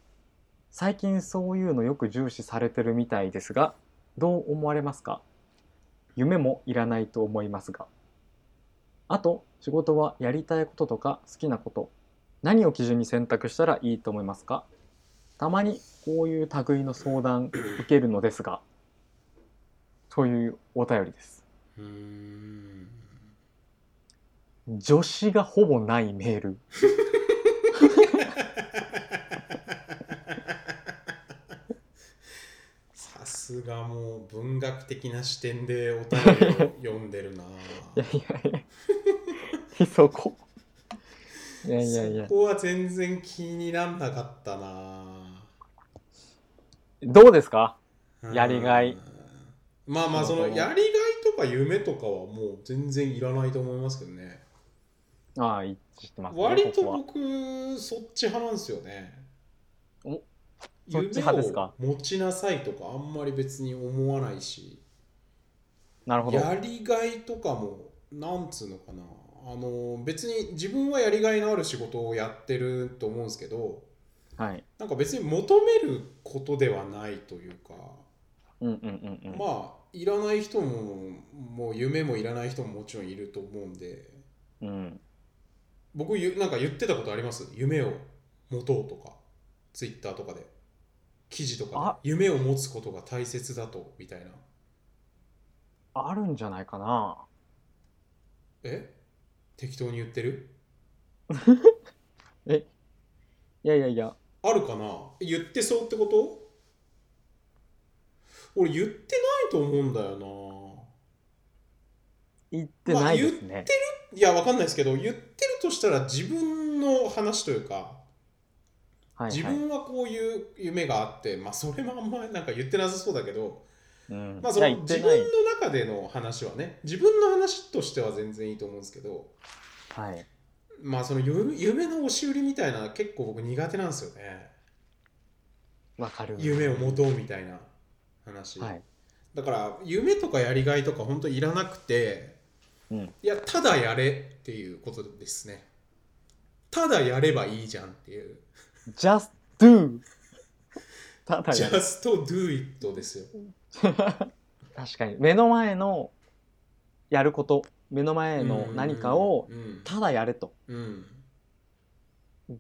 A: 最近そういうのよく重視されてるみたいですが、どう思われますか夢もいらないと思いますが。あと、仕事はやりたいこととか好きなこと、何を基準に選択したらいいと思いますかたまにこういう類の相談受けるのですが、というお便りです。
B: うーん
A: 女子がほぼないメール。
B: さすがもう文学的な視点でお便りを読んでるな
A: いやいやいや。 ひそこ。いやいやいや
B: そ。こは全然気になんなかったな
A: どうですか
B: うん
A: やりがい
B: まあまあそ
A: な
B: の
A: るほど
B: やりがいとか夢とかはもう全然いらないと思いますけどね
A: ああ、一致してます、ね。
B: 割と
A: ここは
B: 僕そっち派なんですよね
A: おそっ
B: 夢
A: ち派ですか
B: を持ちなさいとかあんまり別に思わないし
A: なるほど。
B: やりがいとかもなんつうのかなあの別に自分はやりがいのある仕事をやってると思うんですけど
A: はい。
B: なんか別に求めることではないというか、
A: うんうんうんうん。
B: まあいらない人ももう夢もいらない人ももちろんいると思うんで
A: うん。
B: 僕ゆなんか言ってたことあります夢を持とうとかツイッターとかで記事とか
A: あ
B: で夢を持つことが大切だとみたいな
A: あるんじゃないかな。
B: え適当に言ってる
A: えいやいやいや。
B: あるかな言ってそうってこと俺言ってないと思うんだよ
A: 言ってないですね。
B: ないやわかんないですけど言ってるとしたら自分の話というか
A: はい
B: 自
A: はい。
B: 分はこういう夢があってまあそれもあんまりなんか言ってなさそうだけど
A: うん
B: まあそ
A: いや
B: の
A: 言っ
B: 自
A: て
B: 分
A: ない。
B: の中での話はね自分の話としては全然いいと思うんですけど
A: はい。
B: まあその夢夢の押し売りみたいな結構僕苦手なんですよね
A: わかる。
B: 夢を持とうみたいな話、
A: はい。
B: だから夢とかやりがいとか本当いらなくて
A: うん。
B: いやただやれっていうことですねただやればいいじゃんっていう
A: just do! ただやる
B: just do it ですよ
A: 確かに。目の前のやること、目の前の何かを
B: うん
A: ただやれと。
B: うん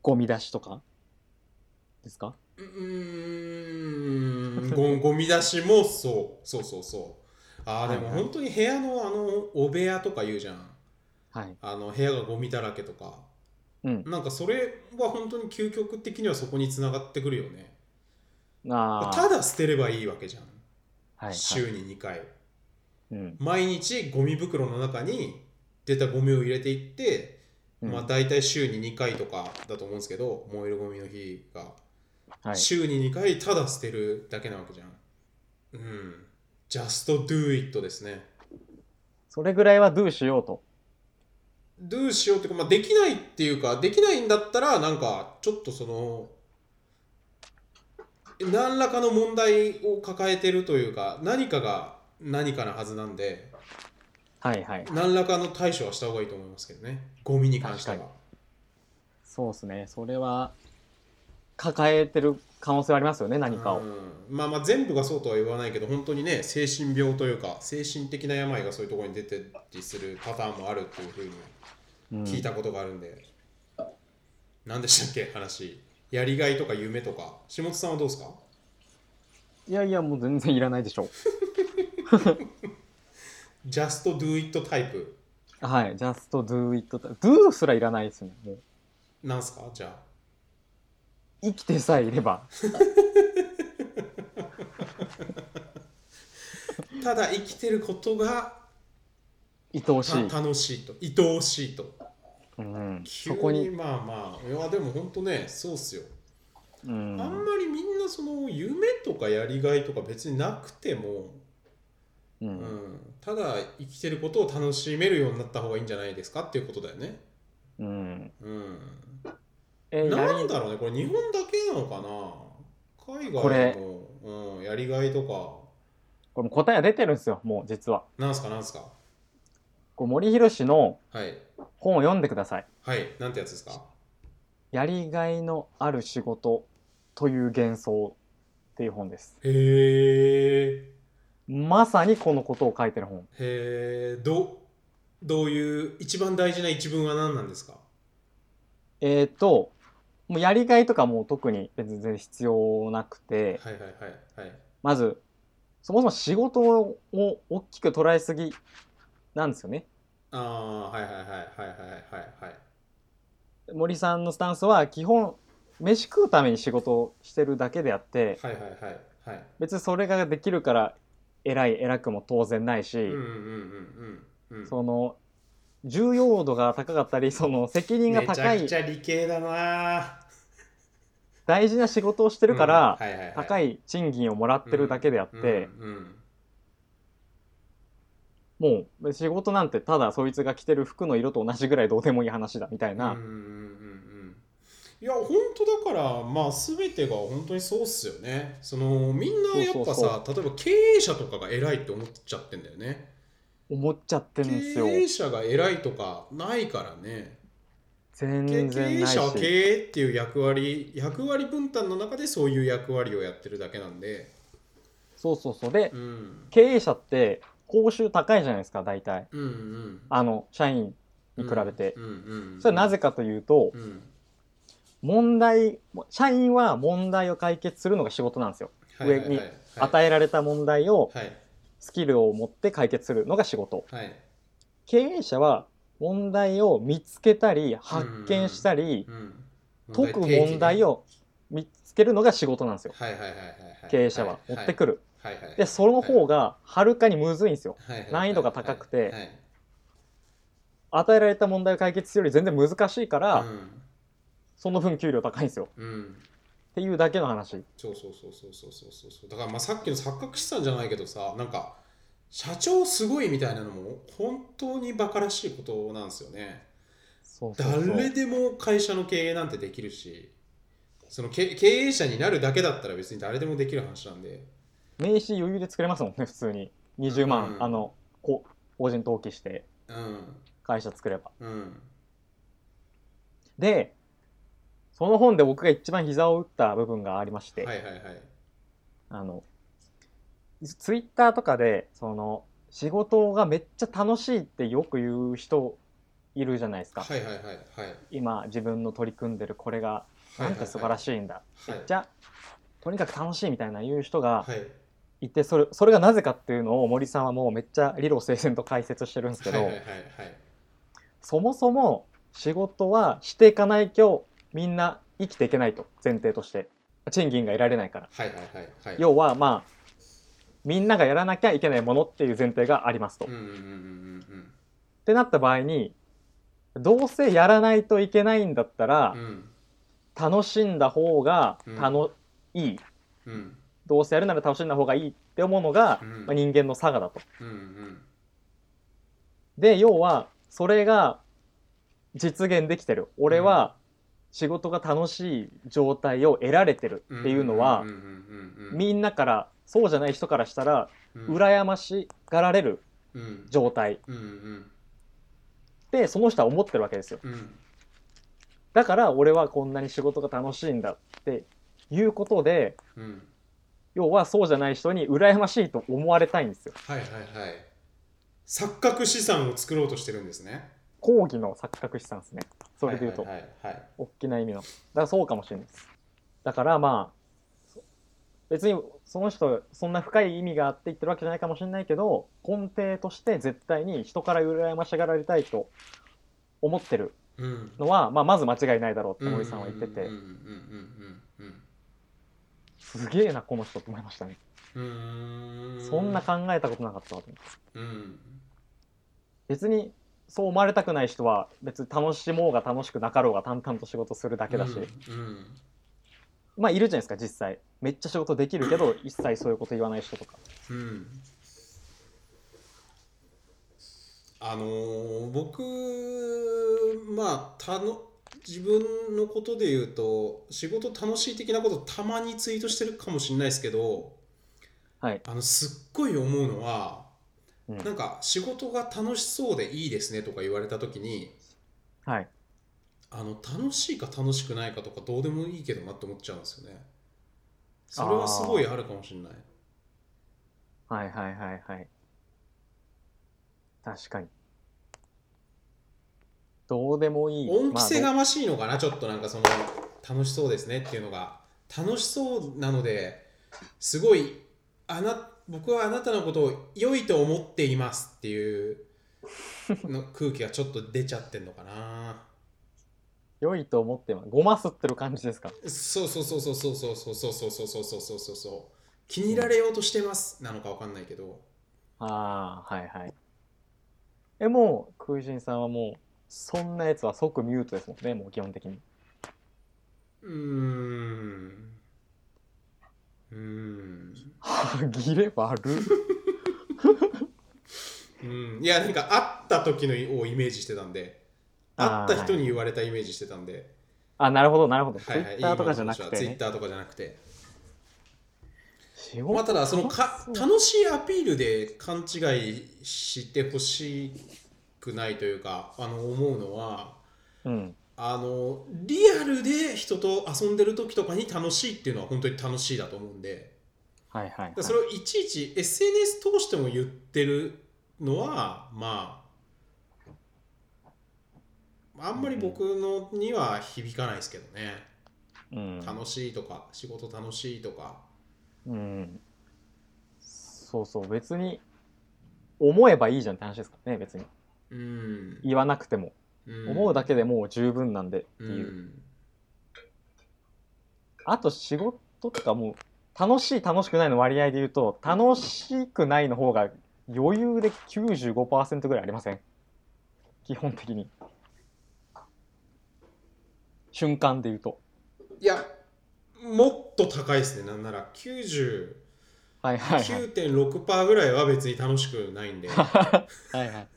A: ゴミ出しとかですか
B: うーんごゴミ出しもそうそうそうそうああでも
A: はいはい
B: 本当に部屋のあのお部屋とか言うじゃん
A: はい。
B: あの部屋がゴミだらけとか
A: うん。
B: なんかそれは本当に究極的にはそこに繋がってくるよね
A: ああ。
B: ただ捨てればいいわけじゃん、
A: はい、はい。
B: 週に2回
A: うん。
B: 毎日ゴミ袋の中に出たゴミを入れていって、
A: うん
B: まあ大体週に2回とかだと思うんですけど燃えるゴミの日が、
A: はい。
B: 週に2回ただ捨てるだけなわけじゃんうんジャストドゥイットですね
A: それぐらいは do しようと。
B: ドゥしようっていうか、まあ、できないっていうかできないんだったらなんかちょっとその何らかの問題を抱えてるというか何かが何かなはずなんで
A: はいはい。
B: 何らかの対処はした方がいいと思いますけどねゴミに関しては
A: 確そうですね。それは、抱えてる可能性はありますよね、何かを
B: う。んまあまあ全部がそうとは言わないけど本当にね精神病というか精神的な病がそういうところに出てたりするパターンもあるっていうふうに
A: うん
B: 聞いたことがあるんで、何でしたっけ話やりがいとか夢とか下津さんはどうですか
A: いやいや、もう全然いらないでしょ
B: ジャストドゥイットタイプ
A: う。はい。just do it. do すらいらないですね。もう
B: なんすかじゃあ
A: 生きてさえいれば。
B: ただ生きてることが
A: 愛おしい。
B: た楽しいと愛おしいと
A: うん、
B: 急
A: そこ
B: に
A: に、
B: まあまあいやでも本当ねそうっすよ
A: う
B: あん
A: ん
B: まりみんなその夢とかやりがいとか別になくても、
A: う
B: うん
A: ん
B: ただ生きてることを楽しめるようになった方がいいんじゃないですかっていうことだよね。
A: うん、
B: うん、
A: えやり
B: なんだろうねこれ日本だけなのかな海
A: こ
B: 外
A: れ
B: でも、うん、やりがいとか
A: これも答えは出てるんですよもう実は
B: なんすかなんすか
A: こう森博の
B: はい
A: 本を読んでください
B: はいなんてやつですか
A: 「やりがいのある仕事という幻想」っていう本です
B: へえ
A: まさにこのことを書いてる本
B: へえどどういう一番大事な一文は何なんですか
A: えっ、ともうやりがいとかもう特に別に全然必要なくて
B: はいはいはいはい
A: まずそもそも仕事を大きく捉えすぎなんですよね
B: ああはいはいはいはいはいはいはい
A: 森さんのスタンスは基本飯食うために仕事をしてるだけであって
B: はいはいはいはい。
A: 別にそれができるから偉い偉くも当然ないし、
B: うんうんうんうんうん。
A: その重要度が高かったりその責任が
B: めち
A: 高
B: ゃく
A: い
B: ちゃ理系だな。
A: 大事な仕事をして
B: て
A: るから、
B: はいはいはい、
A: 高
B: い
A: い賃金をもらってるだけであって、
B: うんうん
A: もう仕事なんてただそいつが着てる服の色と同じぐらいどうでもいい話だみたいな、
B: うんうんうんうんいや本当だからまあ全てが本当にそうっすよねそのみんなやっぱさ
A: そうそ
B: 例えば経営者とかが偉いって思っちゃってんだよね
A: 思っちゃってるんです
B: 経
A: よ
B: 営者が偉いとかないからね
A: 全
B: け経
A: 然
B: 営
A: ない
B: 者は経
A: し
B: 営っていう役割役割分担の中でそういう役割をやってるだけなんで
A: そうそうそうで、
B: うん
A: 経営者って報酬高いじゃないですか大体。
B: うんうん
A: あの社員に比べて、
B: うんうんうん、
A: それはなぜかというと、
B: うん
A: 問題社員は問題を解決するのが仕事なんですよ、
B: はいはいはい
A: 上に
B: はい
A: 与えられた問題を
B: はい
A: スキルを持って解決するのが仕事
B: はい
A: 経営者は問題を見つけたり発見したり、
B: うん
A: 解く問題
B: を
A: を見つけるのが仕事なんですよ、
B: はいはいはいはいはい
A: 経営者は持ってく
B: る
A: る、
B: はいはいはい
A: でその方がはるかにむずいんですよ
B: はいはい
A: 難易度が高くて
B: はいはい
A: 与えられた問題を解決するより全然難しいから、
B: うん
A: その分給料高いんですよ
B: うん
A: っていうだけの話
B: そうそうそうそうそうそうそうそうだからまあさっきの錯覚資産じゃないけどさなんか社長すごいみたいなのも本当に馬鹿らしいことなんですよね
A: そうそうそう
B: 誰でも会社の経営なんてできるしそのけ経営者になるだけだったら別に誰でもできる話なんで
A: 名刺余裕で作れますもんね普通に20万、
B: うん
A: あのこ法人登記して
B: うん
A: 会社作れば
B: うん
A: でその本で僕が一番膝を打った部分がありまして、
B: はいはいはい
A: あのツイッターとかでその仕事がめっちゃ楽しいってよく言う人いるじゃないですか、
B: はいはいはいはい
A: 今自分の取り組んでるこれが
B: はい
A: なんて素晴らしいんだ、
B: はい
A: じゃあとにかく楽しいみたいな言う人が
B: はい
A: いてそれそれがなぜかっていうのを森さんはもうめっちゃ理路整然と解説してるんですけど、
B: はいはいはいはい
A: そもそも仕事はしていかないとみんな生きていけないと前提として賃金が得られないから
B: はいはいはいはい
A: 要はまあみんながやらなきゃいけないものっていう前提がありますと。
B: う
A: っ
B: んうんうんうん
A: てなった場合にどうせやらないといけないんだったら
B: うんうん
A: 楽しんだ方がたのいい
B: うん
A: どうせやるなら楽しんだ方がいいって思うのが
B: う、ん
A: まあ、人間の差がだと。
B: うんうん
A: で要はそれが実現できてる俺は仕事が楽しい状態を得られてるっていうのは
B: んうんうんうん
A: みんなからそうじゃない人からしたら
B: うん
A: 羨ましがられる
B: うん
A: 状態
B: うんうん
A: ってその人は思ってるわけですよ。
B: うん
A: だから俺はこんなに仕事が楽しいんだっていうことで
B: うん
A: 要はそうじゃない人に羨ましいと思われたいんですよ
B: はいはいはい錯覚資産を作ろうとしてるんですね
A: 講義の錯覚資産ですねそれで言うと、
B: はいはいはいはい
A: 大きな意味のだからそうかもしれないですだからまあ別にその人そんな深い意味があって言ってるわけじゃないかもしれないけど根底として絶対に人から羨ましがられたいと思ってる
B: うん
A: のは、まあ、まず間違いないだろうって森さんは言ってて、
B: うんうんうん
A: すげえなこの人と思いましたね、
B: うんうんうんうーん
A: そんな考えたことなかったわと思って
B: うん
A: 別にそう思われたくない人は別に楽しもうが楽しくなかろうが淡々と仕事するだけだし、
B: うんうん
A: まあいるじゃないですか実際めっちゃ仕事できるけど一切そういうこと言わない人とか
B: うんあのー僕まあたの自分のことで言うと仕事楽しい的なことたまにツイートしてるかもしれないですけど
A: はい、
B: あのすっごい思うのは、
A: うん
B: なんか仕事が楽しそうでいいですねとか言われた時に
A: はい、
B: あの楽しいか楽しくないかとかどうでもいいけどなって思っちゃうんですよねそれはすごいあるかもしれない
A: はいはいはいはい確かにどうでもいい
B: 恩着せ
A: まあ
B: がましいのかな、ちょっとなんかその楽しそうですねっていうのが楽しそうなのですごいあな僕はあなたのことを良いと思っていますっていうの空気がちょっと出ちゃってんのかな
A: ど良いと思ってますごますってる感じですか
B: そうそうそうそうそうそうそうそうそうそうそうそうそうそう気に入られようとしてますなのかわかんないけど
A: ああはいはいえもう空人さんはもうそんなやつは即ミュートですもんねもう基本的に
B: うーんうーん
A: 歯切れ 悪
B: うんいやなんか会った時のをイメージしてたんで会
A: あー
B: った人に言われたイメージしてたんで、
A: あなるほどなるほどツイ
B: はいはい、
A: ッターとかじゃなくて
B: ツイッ
A: ね
B: ターとかじゃなくて、
A: 仕
B: まあ、
A: 事
B: ただそのか
A: そう
B: 楽しいアピールで勘違いしてほしくないというかあの思うのは
A: うん
B: あのリアルで人と遊んでる時とかに楽しいっていうのは本当に楽しいだと思うんで
A: はいはい
B: だからそれをいちいち SNS 通しても言ってるのはまああんまり僕のには響かないですけどね、
A: うん
B: 楽しいとか仕事楽しいとか
A: うんそうそう別に思えばいいじゃんって話ですからね別に
B: うん
A: 言わなくても、思うだけでもう十分なんでっていう、あと仕事とかもう楽しい楽しくないの割合で言うと楽しくないの方が余裕で95%ぐらいありません基本的に瞬間で言うと
B: いやもっと高いですねなんなら99.6%
A: はいはいはい
B: ぐらいは別に楽しくないんで
A: はいはい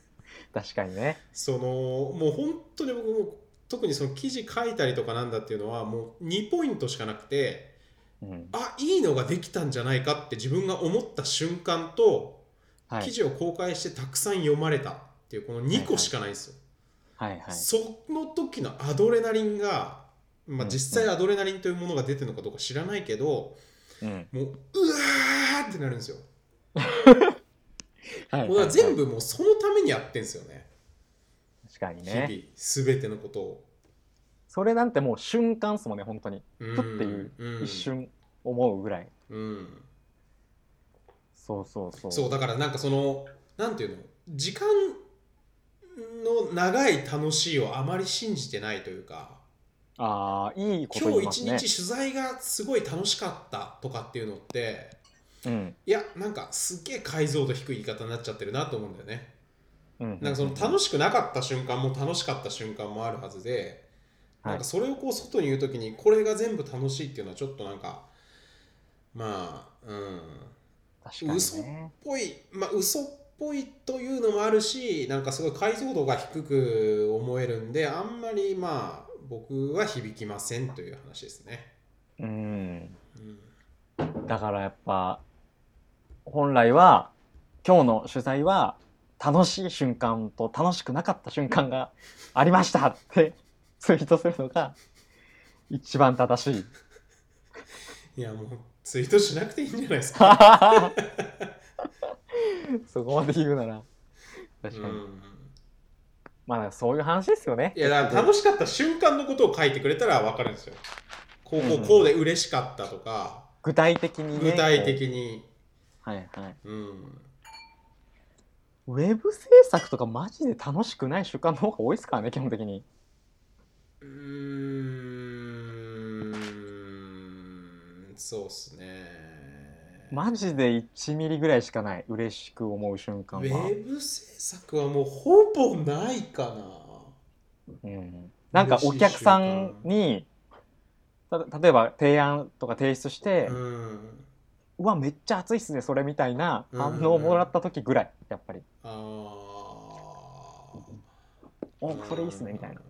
A: 確かにね
B: そのもう本当に僕も特にその記事書いたりとかなんだっていうのはもう2ポイントしかなくて
A: うん
B: あいいのができたんじゃないかって自分が思った瞬間と
A: は
B: 記
A: い
B: 事を公開してたくさん読まれたっていうこの2個しかないんですよ
A: はいはい
B: その時のアドレナリンが、ま
A: う
B: あ、
A: ん
B: 実際アドレナリンというものが出てるのかどうか知らないけど、
A: うん
B: もううわーってなるんですよ。
A: はいはい
B: もうだから全部もうそのためにやってんですよね。
A: 確かに
B: 日
A: ね
B: 々すべてのことを。
A: それなんてもう瞬間っすもんね本当に
B: うん
A: ふっていう
B: うん
A: 一瞬思うぐらい、
B: うん
A: そうそうそう
B: そうだからなんかそのなんていうの時間の長い楽しいをあまり信じてないというか。
A: ああいいこと言い
B: 今日
A: ます
B: 一
A: ね
B: 日取材がすごい楽しかったとかっていうのって
A: うん
B: いやなんかすっげえ解像度低い言い方になっちゃってるなと思うんだよね。
A: うん
B: なんかその
A: し
B: 楽しくなかった瞬間も楽しかった瞬間もあるはずで、
A: はい
B: なんかそれをこう外に言うときにこれが全部楽しいっていうのはちょっとなんかまあうん
A: 確かに
B: 嘘
A: ね
B: ぽいまあ嘘っぽいというのもあるしなんかすごい解像度が低く思えるんであんまりまあ僕は響きませんという話ですね。
A: うん
B: うん
A: だからやっぱ本来は今日の取材は楽しい瞬間と楽しくなかった瞬間がありましたって ツイートするのが一番正 しい。
B: いやもうツイートしなくていいんじゃないですか。
A: そこまで言うなら。確かに。
B: うん
A: まあ、そういう話ですよね。
B: いやだから楽しかった瞬間のことを書いてくれたら分かるんですよ。こうこうこうで嬉しかったとか、
A: 具体的にね。
B: 具体的に。
A: はいはい。
B: うん、
A: ウェブ制作とかマジで楽しくない習慣の方が多いですからね、基本的に。
B: うーんそうっすね。
A: マジで1ミリぐらいしかない。嬉しく思う瞬間
B: ウ
A: は。
B: ェブ制作はもうほぼないか
A: うんなんかお客さんにた例えば提案とか提出して、
B: な。
A: う
B: うん。
A: わめっちゃ熱いっすねそれみたいな
B: うん
A: 反応をもらった時ぐらいやっぱり
B: あ
A: 「お
B: ー
A: それいいっすね」みたいな。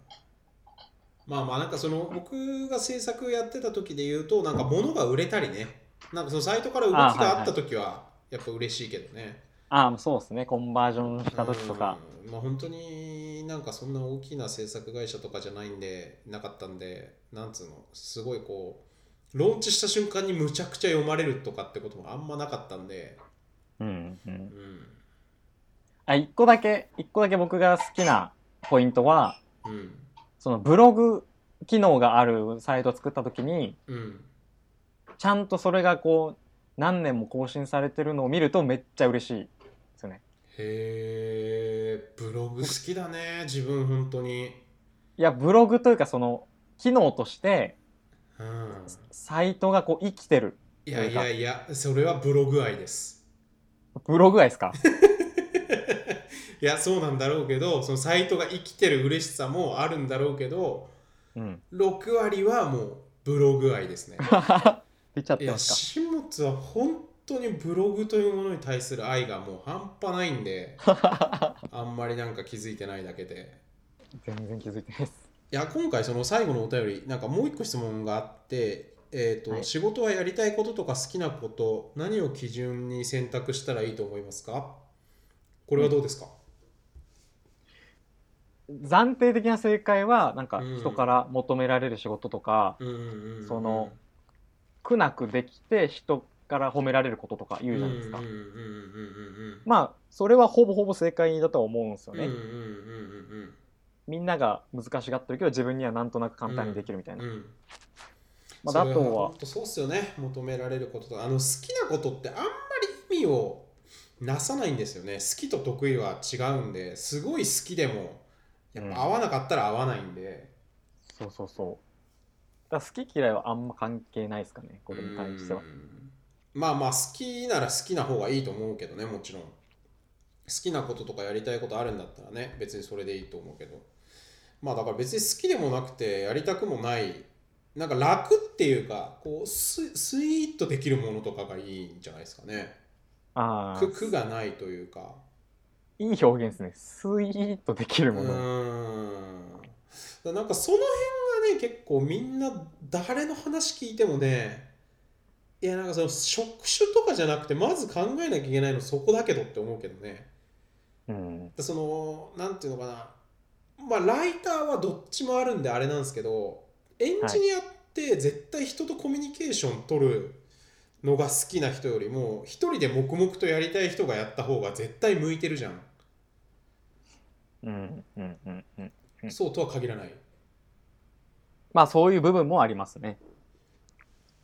B: まあまあなんかその僕が制作やってた時で言うとなんか物が売れたりねなんかそのサイトから動き
A: あはいは
B: が
A: い
B: あった時はやっぱ嬉しいけどね。
A: ああそうですねコンバージョンした時とか
B: うん。まあ本当になんかそんな大きな制作会社とかじゃないんでなかったんでなんつうのすごいこうローンチした瞬間にむちゃくちゃ読まれるとかってこともあんまなかったんで。
A: うんう
B: うんん。
A: あ一個だけ一個だけ僕が好きなポイントは
B: うん。
A: そのブログ機能があるサイトを作った時に
B: うん。
A: ちゃんとそれがこう何年も更新されてるのを見るとめっちゃ嬉しいですよね
B: へえブログ好きだね自分本当に
A: いやブログというかその機能として
B: うん
A: サイトがこう生きてる
B: いやいやいやそれはブログ愛です
A: ブログがですか
B: いやそうなんだろうけどそのサイトが生きてる嬉しさもあるんだろうけど
A: うん
B: 6割はもうブログ愛ですね
A: 出ちゃっ
B: い
A: て
B: や
A: ます
B: 始末は本当にブログというものに対する愛がもう半端ないんであんまりなんか気づいてないだけで
A: か全然気づいてないです
B: いや今回その最後のお便りなんかもう一個質問があって、えーと
A: はい
B: 仕事はやりたいこととか好きなこと何を基準に選択したらいいと思いますかこれはどうですか、
A: 暫定的な正解はなんか
B: うん
A: 人から求められる仕事とか、
B: うんうんうん
A: その苦なくできて人から褒められることとか言うじゃないですか、
B: うんうんうんうんうん
A: まあそれはほぼほぼ正解だとは思うんですよ
B: うんうんうん
A: ね、
B: うんうん
A: みんなが難しがってるけど自分にはなんとなく簡単にできるみたいな、
B: うんうん
A: まあ、
B: そ
A: あ
B: れ
A: とは
B: 本当そうっすよね求められることとあの好きなことってあんまり意味をなさないんですよね好きと得意は違うんですごい好きでもやっぱ合わなかったら合わないんで、
A: そうそうそうだから好き嫌いはあんま関係ないですかねこれに対しては
B: うんまあまあ好きなら好きな方がいいと思うけどねもちろん好きなこととかやりたいことあるんだったらね別にそれでいいと思うけどまあだから別に好きでもなくてやりたくもないなんか楽っていうかこうススイーッとできるものとかがいいんじゃないですかね
A: ああ
B: 苦苦がないというか
A: いい表現ですね。スイーッとできる
B: う
A: も
B: ー
A: の。
B: んだなんかその辺がね結構みんな誰の話聞いてもねいやなんかその職種とかじゃなくてまず考えなきゃいけないのそこだけどって思うけどね
A: うん。
B: そのなんていうのかなまあライターはどっちもあるんであれなんですけどエンジニアって絶対人とコミュニケーション取るのが好きな人よりも一人で黙々とやりたい人がやった方が絶対向いてるじゃん
A: うん。うん。うん。うん。うん
B: そうとは限らない
A: まあ、そういう部分もありますね。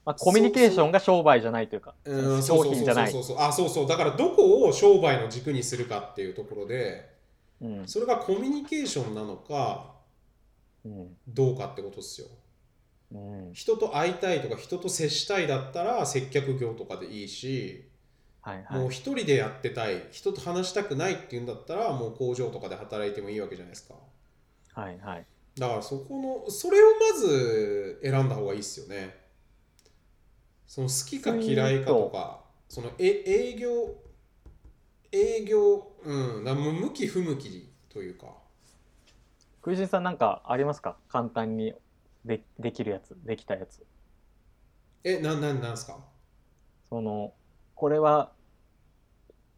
A: まあ、コミュニケーションが商売じゃないというか、
B: うん
A: 商品じゃない
B: そう。そうそうそうあそうそうだからどこを商売の軸にするかっていうところで
A: うん。
B: それがコミュニケーションなのか
A: うん。
B: どうかってことですよ
A: うん。
B: 人と会いたいとか人と接したいだったら接客業とかでいいし、
A: はい
B: も
A: は
B: う一人でやってたい人と話したくないっていうんだったらもう工場とかで働いてもいいわけじゃないですか
A: い。はいはい。
B: だからそこのそれをまず選んだ方がいいですよねその好きか嫌いかとかそのえ営業営業うんなもう向き不向きというか
A: クイジンさんなんかありますか簡単にでできるやつ、できたやつ。
B: えなななんですか
A: その、これは、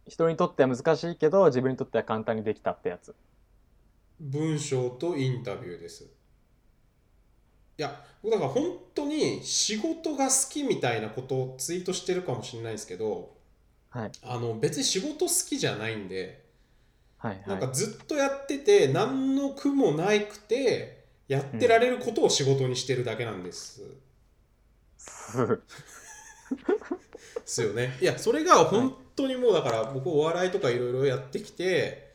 A: 人にとっては難しいけど、自分にとっては簡単にできたってやつ。
B: 文章とインタビューですいや僕だから本当に仕事が好きみたいなことをツイートしてるかもしれないですけど
A: はい
B: あの別に仕事好きじゃないんで
A: はい
B: なん
A: は
B: か
A: い
B: ずっとやってて何の苦もないくてやってられることを仕事にしてるだけなんです。
A: す
B: ですよね。いやそれが本当にもうだから僕お笑いとかいろいろやってきて、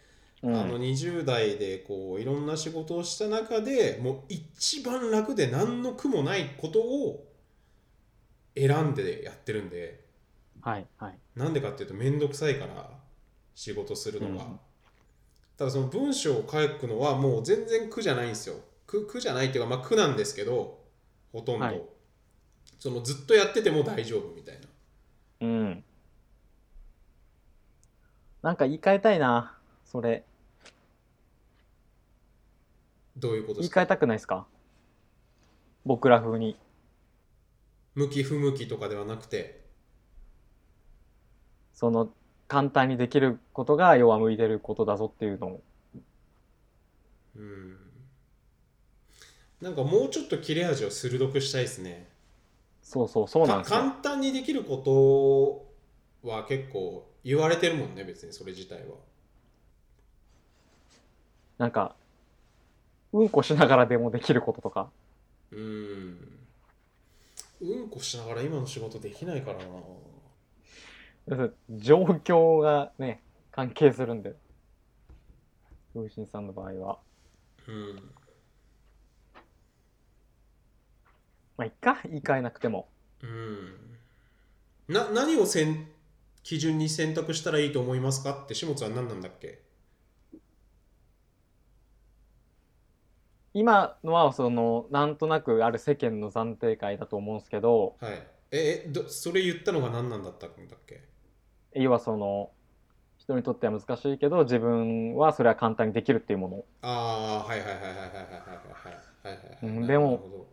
A: うん
B: あの20代でこういろんな仕事をした中でもう一番楽で何の苦もないことを選んでやってるんで
A: はいはい
B: なんでかっていうと面倒くさいから仕事するのが。
A: うん
B: ただその文章を書くのはもう全然苦じゃないんですよ。苦苦じゃないっていうか、まあ、苦なんですけどほとんど、
A: はい
B: そのずっとやってても大丈夫みたいな。
A: うんなんか言い換えたいなそれ
B: どういうことで
A: 言い
B: す
A: 換
B: か
A: えたくないですか僕ら風に
B: 向き不向きとかではなくて
A: その簡単にできることが要は向いてることだぞっていうのを
B: うんなんかもうちょっと切れ味を鋭くしたいですね
A: そうそうそうなんで
B: か
A: すよ
B: 簡単にできることは結構言われてるもんね別にそれ自体は
A: なんかうんこしながらでもできることとか
B: うんうんこしながら今の仕事できないからな
A: 要するに 状況がね関係するんで風神さんの場合は
B: うん
A: まあいっか言い換えなくても
B: うんな何をせん基準に選択したらいいと思いますかって下津は何なんだっけ
A: 今のはそのなんとなくある世間の暫定会だと思うんですけど
B: はいええどそれ言ったのが何なんだったんだっけ
A: 要はその人にとっては難しいけど自分はそれは簡単にできるっていうもの
B: ああはいはいはいはいはいはいはいはいはいはい
A: うん
B: なるほど
A: でも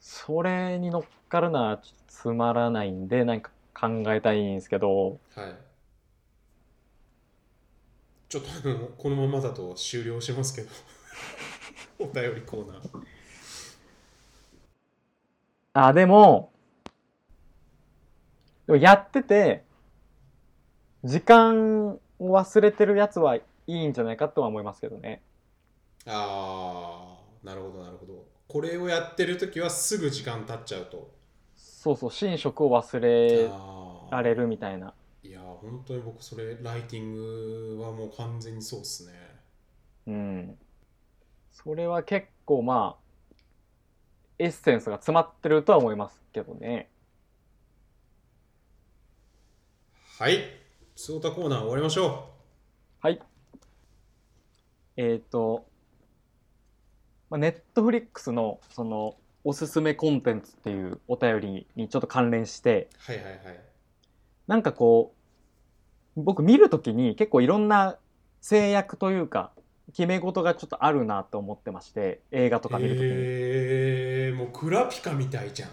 A: それに乗っかるのはちょっとつまらないんでなんか考えたいんですけど
B: はいちょっとあのこのままだと終了しますけど お便りコーナー
A: あでもでもやってて時間を忘れてるやつはいいんじゃないかとは思いますけどね
B: ああなるほどなるほどこれをやってる時はすぐ時間経っちゃうと
A: そうそう寝食を忘れ
B: あー
A: られるみたいない
B: やー本当に僕それライティングはもう完全にそうっすね
A: うんそれは結構まあエッセンスが詰まってるとは思いますけどね
B: はいつおたコーナー終わりましょ
A: はいえっ、とネットフリックスのそのおすすめコンテンツっていうお便りにちょっと関連して
B: うはいはいはい
A: なんかこう僕見るときに結構いろんな制約というか決め事がちょっとあるなと思ってまして映画とか見るときに
B: えー、もうグラピカみたいじゃん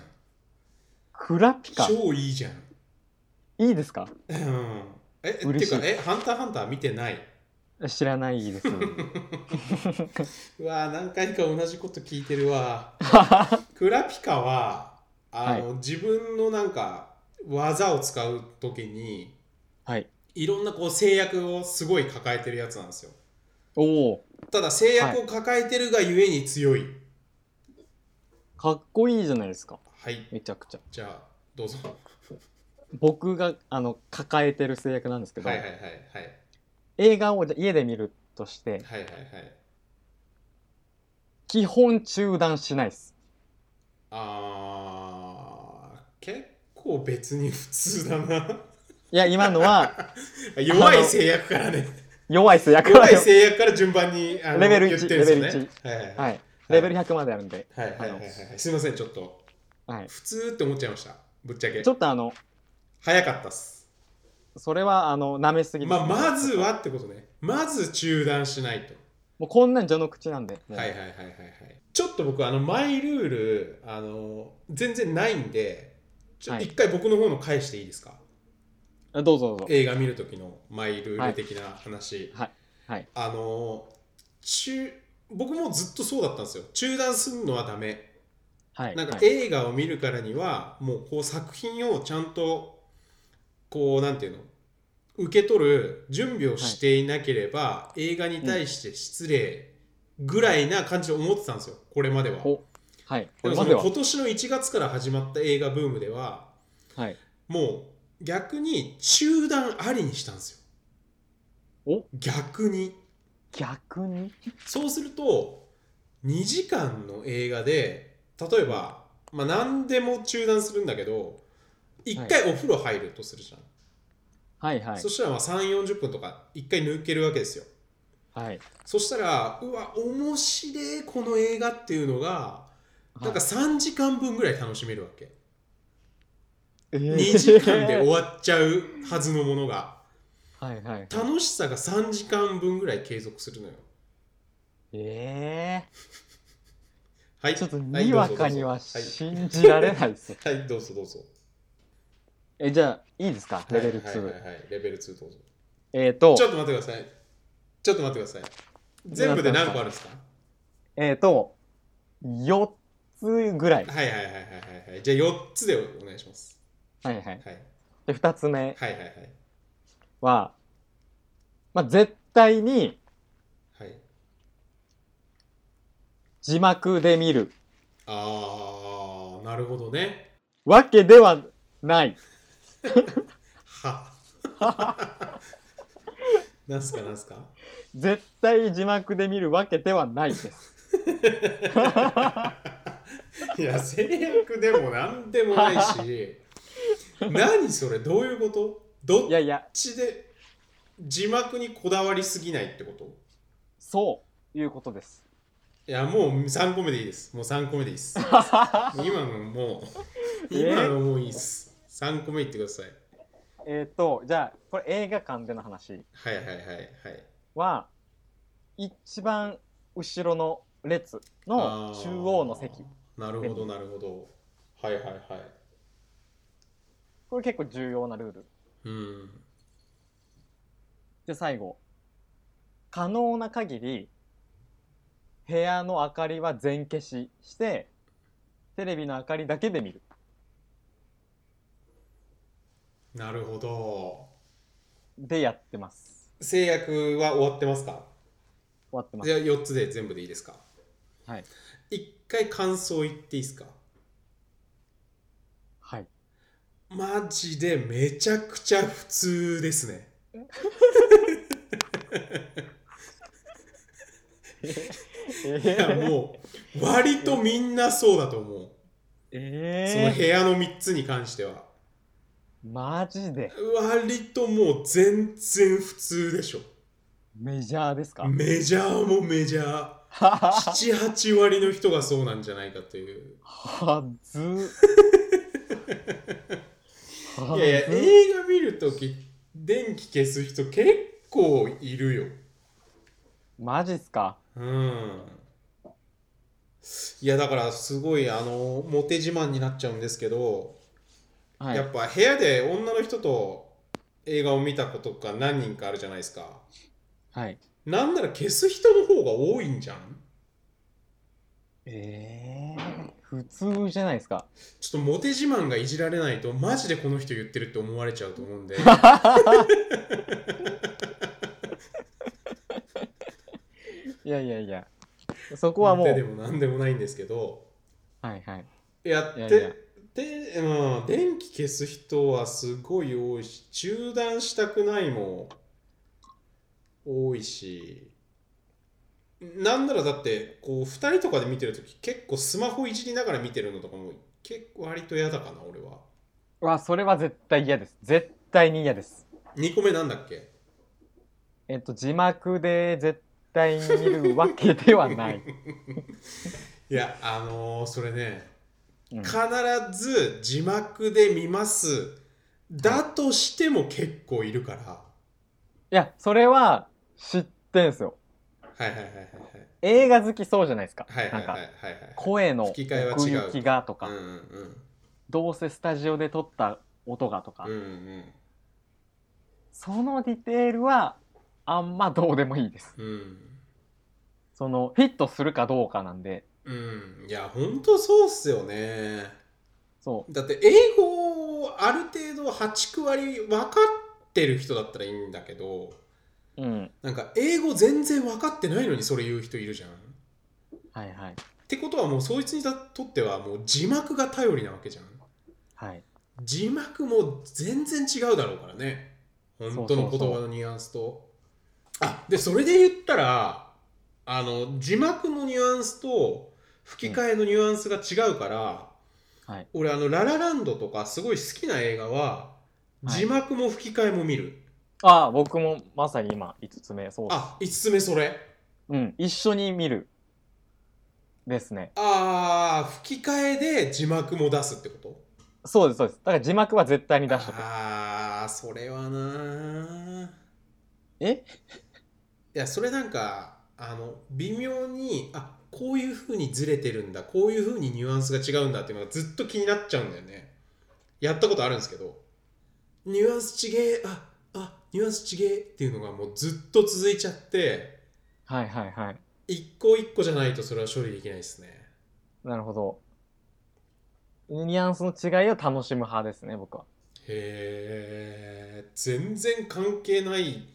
A: クラピカ
B: 超いいじゃん
A: いいですか
B: うんえ、って
A: 嬉
B: い
A: し
B: う
A: い
B: か、え、ハンターハンター見てない。
A: 知らない です
B: うわー、何回か同じこと聞いて るわ。クラピカは、あの、自分のなんか、技を使うときに、
A: はい
B: いろんなこう制約をすごい抱えてるやつなんですよ。
A: おお
B: ただ制約を抱えてるがゆえに強い。
A: かっこいいじゃないですか
B: はい、
A: めちゃくちゃ
B: じゃあ、どうぞ。
A: 僕があの抱えてる制約なんですけど、
B: はいはいはいはい。
A: 映画をじゃ家で見るとして
B: はいはいはい。
A: 基本中断しないです
B: あー、結構別に普通だ な。
A: いや今の は
B: 弱い制約からね。
A: 弱い制約
B: 弱
A: はい
B: 制約から順番にあの
A: レベル一
B: 言ってるんですよね。はい
A: はいレベル100まであるんで、
B: はいはいはいはいはい。すみません、ちょっと。
A: はい、
B: 普通って思っちゃいました。ぶっちゃけ
A: ち。ょっとあの
B: 早かったっす。
A: それはあの舐めすぎです
B: まあ、まずはってことね。まず中断しないと。
A: もうこんなん序の口なんで、もう
B: はいはいはいはいはい。ちょっと僕、あの、マイルール、あの、全然ないんで、ちょ
A: はい
B: 一回僕の方の返していいですか
A: あどうぞどうぞ
B: 映画見る時のマイルール的な話。
A: はいはい
B: あの、中、僕もずっとそうだったんですよ。中断するのはダメ。
A: はい
B: なんか
A: はい
B: 映画を見るからにはもうこう作品をちゃんとこうなんていうの受け取る準備をしていなければ映画に対して失礼ぐらいな感じで思ってたんですよこれまでは。
A: ほはいこ
B: で
A: れま
B: もそ
A: で
B: の
A: は
B: 今年の1月から始まった映画ブームでは
A: はい
B: もう逆に中断ありにしたんですよ。
A: お
B: 逆に
A: 逆に
B: そうすると2時間の映画で例えば、まあ、何でも中断するんだけど1回お風呂入るとするじゃん、
A: はいはい
B: そしたらまあ3 4 0分とか1回抜けるわけですよ
A: はい
B: そしたらうわ面白いこの映画っていうのがなんか
A: はい
B: 3時間分ぐらい楽しめるわけ、
A: えー
B: 2時間で終わっちゃうはずのものが
A: はいはいはい
B: 楽しさが3時間分ぐらい継続するのよ
A: え
B: はい
A: ー、ちょっと
B: い
A: にわかに
B: は
A: はい信
B: どうぞどうぞ
A: じられないです、
B: はい、はい、どうぞどうぞ
A: えじゃあいいですかレベル2、
B: はいはいはいはい、レベル2どうぞ
A: えっ、ー、と
B: ちょっと待ってください。ちょっと待ってください。全部で何個あるんですか
A: えっ、ー、と4つぐらい
B: はいはいはいはいはいはい。じゃあ4つでお願いします。
A: はいはい
B: はい。
A: で2つ目
B: はいはいはい。
A: は、まあ、絶対に
B: はい、
A: 字幕で見る
B: あー、なるほどね。
A: わけではない
B: は。なんすかなんすか
A: 絶対字幕で見るわけではない です。
B: いや、制約でも何でもないし、何それどういうことどっ
A: いやいや、
B: ちで字幕にこだわりすぎないってこと
A: そういうことです。
B: いやもう3個目でいいです。もう3個目でい いです。今のもう、
A: え
B: 今のもういいです。3個目いってください。
A: えっ、と、じゃあ、これ映画館での話
B: はいはいはいはい。
A: は、一番後ろの列の
B: あー
A: 中央の席。。
B: なるほどなるほど。はいはいはい。
A: これ結構重要なルール。
B: うん。
A: で、最後。可能な限り、部屋の明かりは全消しして、テレビの明かりだけで見る。
B: なるほど。
A: でやってます。
B: 制約は終わってますか
A: 終わってま
B: じ
A: す。
B: ゃあ4つで全部でいいですか
A: はい。
B: 一回感想言っていいですか
A: はい。
B: マジでめちゃくちゃ普通ですね。いやもう割とみんなそうだと思う。
A: ええ
B: その部屋の3つに関しては
A: マジで
B: 割ともう全然普通でしょ
A: メジャーですか
B: メジャーもメジャー78割の人がそうなんじゃないかという
A: はずはい
B: やいや映画見るとき電気消す人結構いるよ
A: マジっすか
B: うんいやだからすごいあのモテ自慢になっちゃうんですけど、
A: はい
B: やっぱ部屋で女の人と映画を見たことが何人かあるじゃないですか
A: はい
B: なんなら消す人の方が多いんじゃん
A: ええ普通じゃないですか
B: ちょっとモテ自慢がいじられないとマジでこの人言ってるって思われちゃうと思 うんで
A: いやいやいやそこはもう
B: モテでも何でもないんですけど
A: はいはい
B: やって
A: いやいや
B: で、うん、電気消す人はすごい多いし中断したくないも多いしなんならだってこう2人とかで見てるとき結構スマホいじりながら見てるのとかも結構割と嫌だかな俺は
A: うわそれは絶対嫌です絶対に嫌です
B: 2個目なんだっけ
A: えっと字幕で絶対に見るわけでは ない、
B: いやあのーそれね
A: うん
B: 必ず字幕で見ますだとしても結構いるから、
A: いやそれは知ってんすよ
B: はい、はいはいはい
A: 映画好きそうじゃないですか、
B: はいはいはい
A: な
B: は
A: ん
B: い
A: か
B: はいはい
A: 声の奥
B: 吹き替えは違う
A: 行きがとか、
B: うんうん
A: どうせスタジオで撮った音がとか、
B: うんうん
A: そのディテールはあんまどうでもいいです
B: うんうん
A: そのフィットするかどうかなんで
B: うんいや本当そうっすよね
A: そ
B: だって英語をある程度8割分かってる人だったらいいんだけど
A: ううん
B: なんか英語全然分かってないのにそれ言う人いるじゃんっ
A: はいはい
B: てことはもうそいつにとってはもう字幕が頼りなわけじゃん
A: はい
B: 字幕も全然違うだろうからね本当の言葉のニュアンスとあでそれで言ったらあの字幕のニュアンスと吹き替えのニュアンスが違うから、
A: うんはい
B: 俺あの「ララランド」とかすごい好きな映画は
A: はい
B: 字幕も吹き替えも見る、
A: ああ僕もまさに今5つ目そうです
B: あ5つ目それ
A: うん一緒に見るですね
B: あー吹き替えで字幕も出すってこと
A: そうですそうですだから字幕は絶対に出しとく
B: ああそれはなあ
A: え
B: いやそれなんかあの微妙にあこういう風にずれてるんだこういう風にニュアンスが違うんだっていうのがずっと気になっちゃうんだよねやったことあるんですけどニュアンスちげえああニュアンスちげえっていうのがもうずっと続いちゃって
A: はいはいはい
B: 一個一個じゃないとそれは処理できないですね
A: なるほどニュアンスの違いを楽しむ派ですね僕は
B: へえ全然関係ない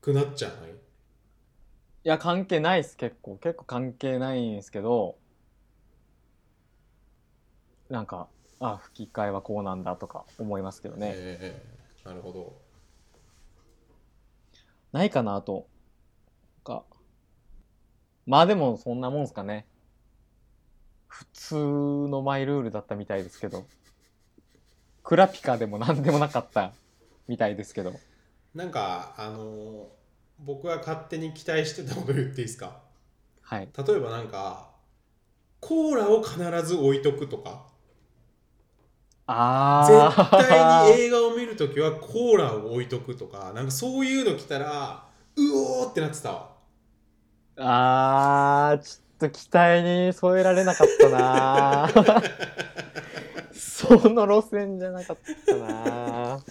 B: くなっちゃうない
A: いや関係ないです結構結構関係ないんですけどなんかあ吹き替えはこうなんだとか思いますけどね、
B: へーなるほど
A: ないかなあとかまあでもそんなもんすかね普通のマイルールだったみたいですけどクラピカでも何でもなかったみたいですけど
B: なんかあの僕が勝手に期待してたこと言っていいですか
A: はい
B: 例えばなんかコーラを必ず置いとくとか
A: ああ
B: 絶対に映画を見るときはコーラを置いとくとかなんかそういうの来たらうおーってなってたわ
A: あー、ちょっと期待に添えられなかったな ーその路線じゃなかったなー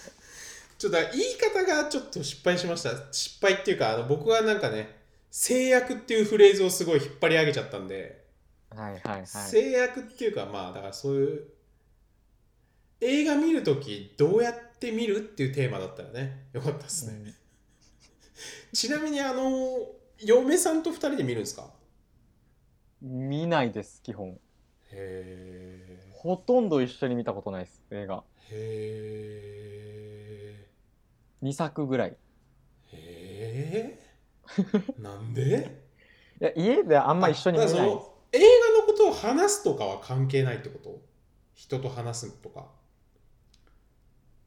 B: ちょっとだから言い方がちょっと失敗しました失敗っていうかあの僕はなんかね制約っていうフレーズをすごい引っ張り上げちゃったんで、
A: はいはいはい。
B: 制約っていうかまあだからそういう映画見るときどうやって見るっていうテーマだったらねよかったですね、ちなみにあの嫁さんと2人で見るんですか
A: うん見ないです、基本。
B: へえ
A: ほとんど一緒に見たことないです、映画。
B: へ
A: 2作ぐらい。
B: えへえなんで
A: いや、家で あんま一緒に見
B: あだ
A: な
B: から
A: い
B: そ
A: です。
B: の映画のことを話すとかは関係ないってこと人と話すとか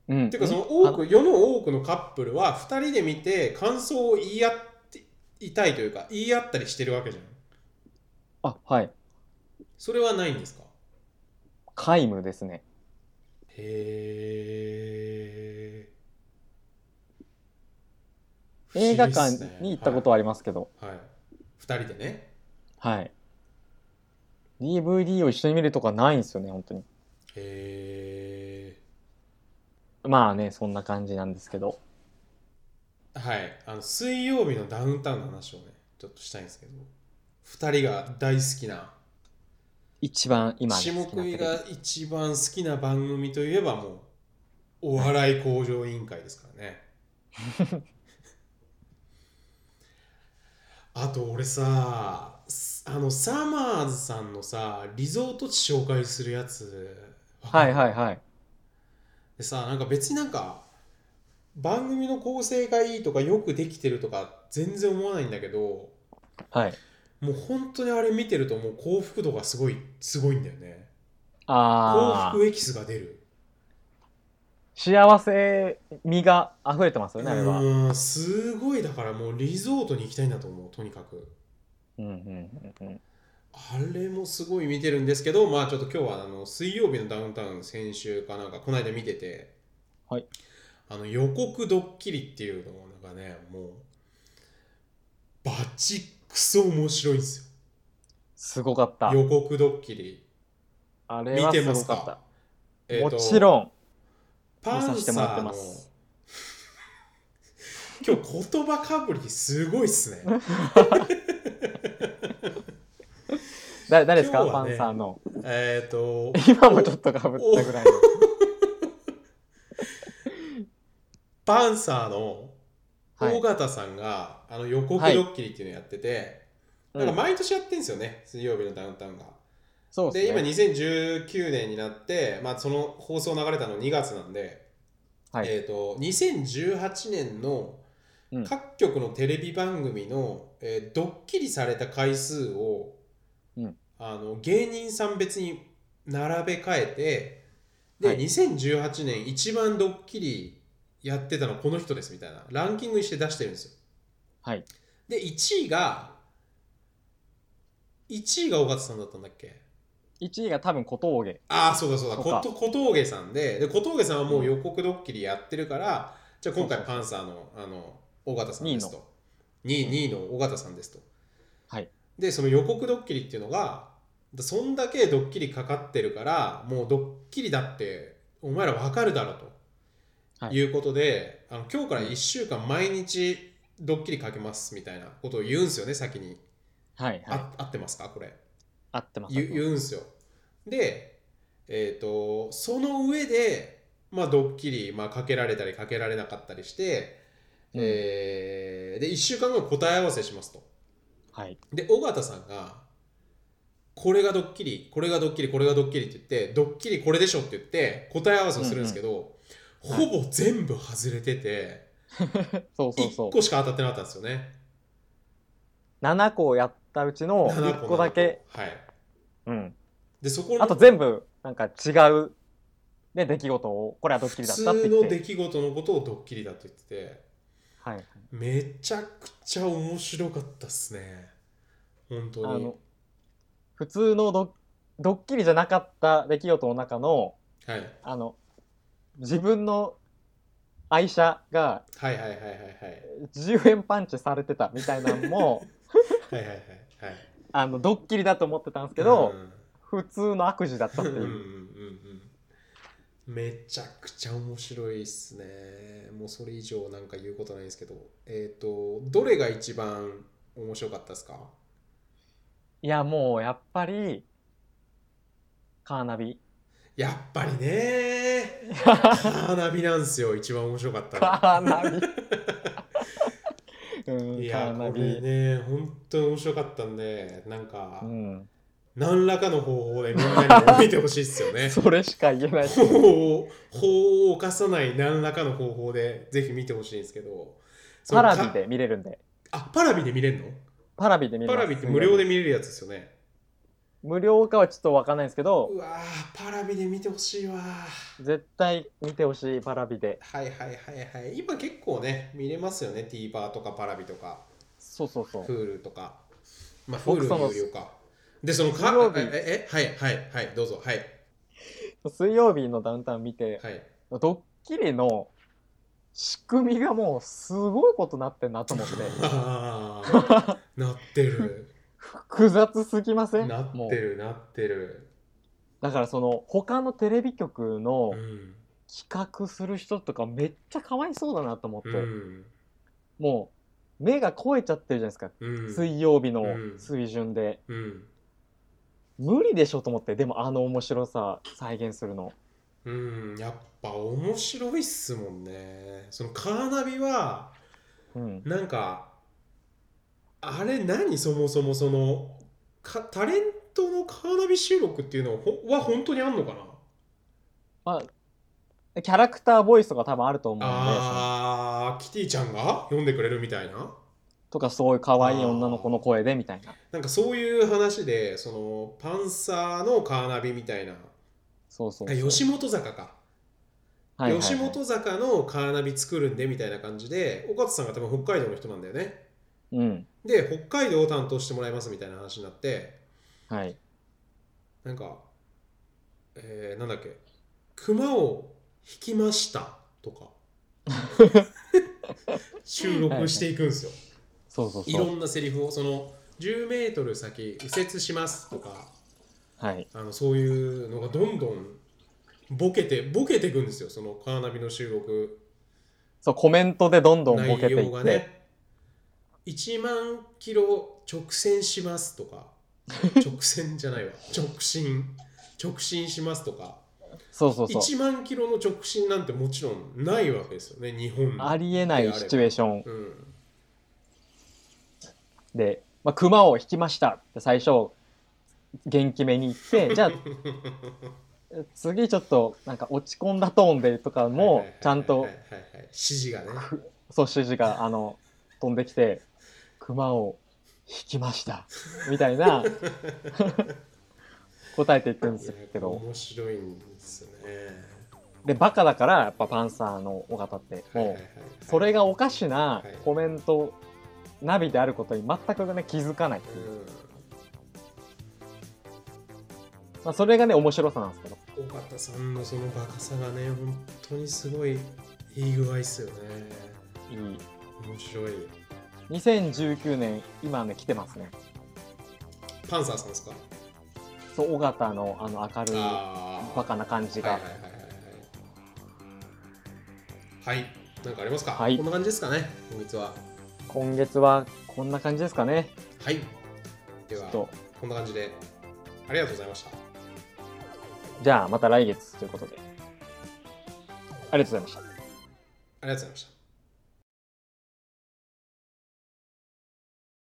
A: うん
B: ていうかその多く世の多くのカップルは2人で見て感想を言い合っていたいというか言い合ったりしてるわけじゃん
A: あ、はい。
B: それはないんですか
A: 皆無ですね。
B: へえ
A: 映画館に行ったことはありますけど、
B: はい、2人でね
A: はい。DVD を一緒に見るとかないんですよね、本当に。
B: へ
A: まあね、そんな感じなんですけど。
B: えはいあの水曜日のダウンタウンの話をねちょっとしたいんですけど2人が大好きな
A: 一番今
B: 下
A: 好きなテ
B: 食
A: レ
B: い
A: ビ
B: が一番好きな番組といえばもうお笑い向上委員会ですから ねあと俺さあのサマーズさんのさリゾート地紹介するやつ
A: はいはいはい
B: でさなんか別になんか番組の構成がいいとかよくできてるとか全然思わないんだけど
A: はい
B: もう本当にあれ見てるともう幸福度がすごいすごいんだよね幸
A: ああ
B: 福エキスが出る
A: 幸せ味が溢れてますよねあれはうん
B: うんすごいだからもうリゾートに行きたいんだと思うとにかく
A: うんうんうん
B: あれもすごい見てるんですけどまあちょっと今日はあの水曜日のダウンタウン先週かなんかこの間見てて
A: はい
B: あの予告ドッキリっていうのがねもうバチクソ面白いんです
A: すごかった
B: よ予告ドッキリ
A: あれ
B: 見
A: は
B: て
A: す
B: ま
A: ご
B: す
A: か
B: か
A: った、
B: えー
A: も
B: と
A: ちろん
B: パ
A: 見さ
B: ン
A: せ
B: サ
A: てもらっ
B: ー
A: て
B: の
A: ます
B: 今日言葉かぶりすごいっすね。
A: だ誰ですか、
B: 今日
A: パ
B: はね
A: ンサーの。
B: えっと、
A: 今もちょっとかぶったぐらいの。
B: パンサーの
A: はい
B: 大形さんが、あの予告ドッキリっていうのやってて、
A: うん
B: なんか毎年やってんですよね、水曜日のダウンタウンが。
A: そう
B: で、
A: です
B: 今
A: ね。
B: 2019年になって、まあ、その放送流れたの2月なんで、
A: はい
B: えっと2018年の
A: うん
B: 各局のテレビ番組の、えードッキリされた回数を、
A: うん
B: あの芸人さん別に並べ替えてで、
A: はい
B: 2018年一番ドッキリやってたのこの人ですみたいなランキングにして出してるんですよ。
A: はい。
B: で1位が1位が尾形さんだったんだっけ
A: 1位が多分小峠。
B: ああそうだそうだ
A: そ
B: こ
A: うか
B: と小峠さんでで小峠さんはもう予告ドッキリやってるから、じゃあ今回パンサーのあの尾形さんですと2位 ,2 位の尾形さんですと、
A: はい、
B: でその予告ドッキリっていうのがだそんだけドッキリかかってるからもうドッキリだってお前らわかるだろうと、、
A: はいいう
B: ことであの今日から1週間毎日ドッキリかけますみたいなことを言うんですよね先に、
A: はいはい。
B: あ合ってますかこれ
A: 合ってます。
B: 言う言うんすよでえー、とその上で、まあ、ドッキリ、まあ、かけられたりかけられなかったりして、
A: うん
B: えーで1週間後答え合わせしますと
A: はい。
B: で尾形さんがこれがドッキリこれがドッキリこれがドッキリって言ってドッキリこれでしょって言って答え合わせをするんですけど、
A: うんうん
B: ほぼ全部外れてて、
A: そうそうそ
B: 1個しか当たってなかったんですよね
A: う。7個をやったうちの
B: 7
A: 1個だけ。
B: はい
A: うん。
B: でそこの
A: あと全部、なんか違う、ね、出来事を、これはドッキリだったっ
B: 普
A: て
B: 通
A: 言
B: の
A: って。
B: 出来事のことをドッキリだと言ってて
A: はいはい。
B: めちゃくちゃ面白かったっすね本
A: あ
B: 当に
A: の、普通のドドッキリじゃなかった出来事の中の、
B: はい
A: あの、自分の愛車が
B: はいはいはいはいはい
A: 10円パンチされてたみたいなのも
B: はいはいはいはい
A: あのドッキリだと思ってたんですけど、普通の悪事だった
B: う
A: っ
B: ん
A: て
B: うんうんう
A: い
B: ん
A: う
B: うんめちゃくちゃ面白いっすねもうそれ以上なんか言うことないんですけどえっ、とどれが一番面白かったですか
A: いやもうやっぱりカーナビ
B: やっぱりね カ
A: カ
B: ーナビなんですよ一番面白かったの
A: ーナ ビうん
B: い
A: カ
B: や
A: ーナ
B: こ
A: ビ、
B: れね本当に面白かったんでなんか、
A: うん、
B: 何らかの方法でみんなにも見てほしいっすよね
A: それしか言えない
B: 法を法を犯さない何らかの方法でぜひ見てほしいんですけどそ
A: パ
B: の
A: ラビ
B: か
A: で見れるんで
B: あパラビで見れるの
A: パラビで見れ
B: パ
A: ます
B: ラビって無料で見れるやつですよね
A: 無料かはちょっとわかんないですけど
B: うわーパラビで見てほしいわー
A: 絶対見てほしいパラビで
B: はいはいはいはい今結構ね見れますよね TVer とかパラビとか
A: そうそうそう
B: Hulu とかまあ
A: 僕
B: Hulu
A: その
B: 有料かでその
A: 水
B: か
A: 曜日
B: ええはいはいはいどうぞはい
A: 水曜日のダウンタウン見て
B: はい
A: ドッキリの仕組みがもうすごいことなってんなと思って
B: あー なってる
A: 複雑すぎません
B: なっ
A: も
B: て
A: う
B: るなってる、
A: だからその他のテレビ局の
B: うん
A: 企画する人とかめっちゃかわいそうだなと思って、
B: うん
A: もう目が超えちゃってるじゃないですか、
B: うん、
A: 水曜日の
B: うん
A: 水準で、
B: うん
A: 無理でしょと思ってでもあの面白さ再現するの
B: うんやっぱ面白いっすもんねそのカーナビは
A: うん
B: なんかあれ何そもそもそのかタレントのカーナビ収録っていうのはほは本当にあんのかな
A: まあキャラクターボイスとか多分あると思うんで
B: あーキティちゃんが読んでくれるみたいな
A: とかそういう可愛い女の子の声でみたいな
B: なんかそういう話でそのパンサーのカーナビみたいな
A: そうそう
B: あ
A: そう
B: 吉本坂か
A: はいはいはい
B: 吉本坂のカーナビ作るんでみたいな感じで岡田さんが多分北海道の人なんだよね
A: うん
B: で北海道を担当してもらいますみたいな話になって
A: はい
B: なんか、えーなんだっけ熊を引きましたと か収録していくんですよ、
A: そうそう
B: い
A: そ
B: ろ
A: うん
B: なセリフをその10メートル先右折しますとか
A: はい
B: あのそういうのがどんどんボケてボケていくんですよそのカーナビの収録
A: そうコメントでどんどんボケ
B: 内
A: てい
B: 容
A: っ
B: が
A: て、
B: ね1万キロ直線しますとか 直線じゃないわ直進直進しますとか
A: そうそうそう
B: 1万キロの直進なんてもちろんないわけですよね日本
A: ありえないシチュエーション
B: うん
A: で、まあ、熊を引きましたって最初元気めに言って じゃあ次ちょっとなんか落ち込んだトーンでとかもちゃん
B: は
A: と
B: いはいはいはい指示がね
A: そう指示があの飛んできて「熊を引きました」みたい な答えていくんですけど
B: 面白いんですね
A: でバカだからやっぱパンサーの尾形って
B: はいは
A: も
B: いはいう
A: それがおかしな
B: はい
A: コメントナビであることに全くね気づかないっていう、まあ、それがね面白さなんですけど
B: うん、尾形さんのそのバカさがね本当にすごいいい具合ですよね
A: いい
B: 面白い
A: 2019年今ね来てますね
B: パンサーさんですか
A: そう尾形のあの明るい
B: あー
A: バカな感じが、
B: はいはいはいはいはいはいなんかありますか、
A: はい
B: こんな感じですかね今月は
A: 今月はこんな感じですかね
B: はい
A: ち
B: で
A: ょ
B: は
A: っと
B: こんな感じでありがとうございました
A: じゃあまた来月ということでありがとうございました
B: ありがとうございました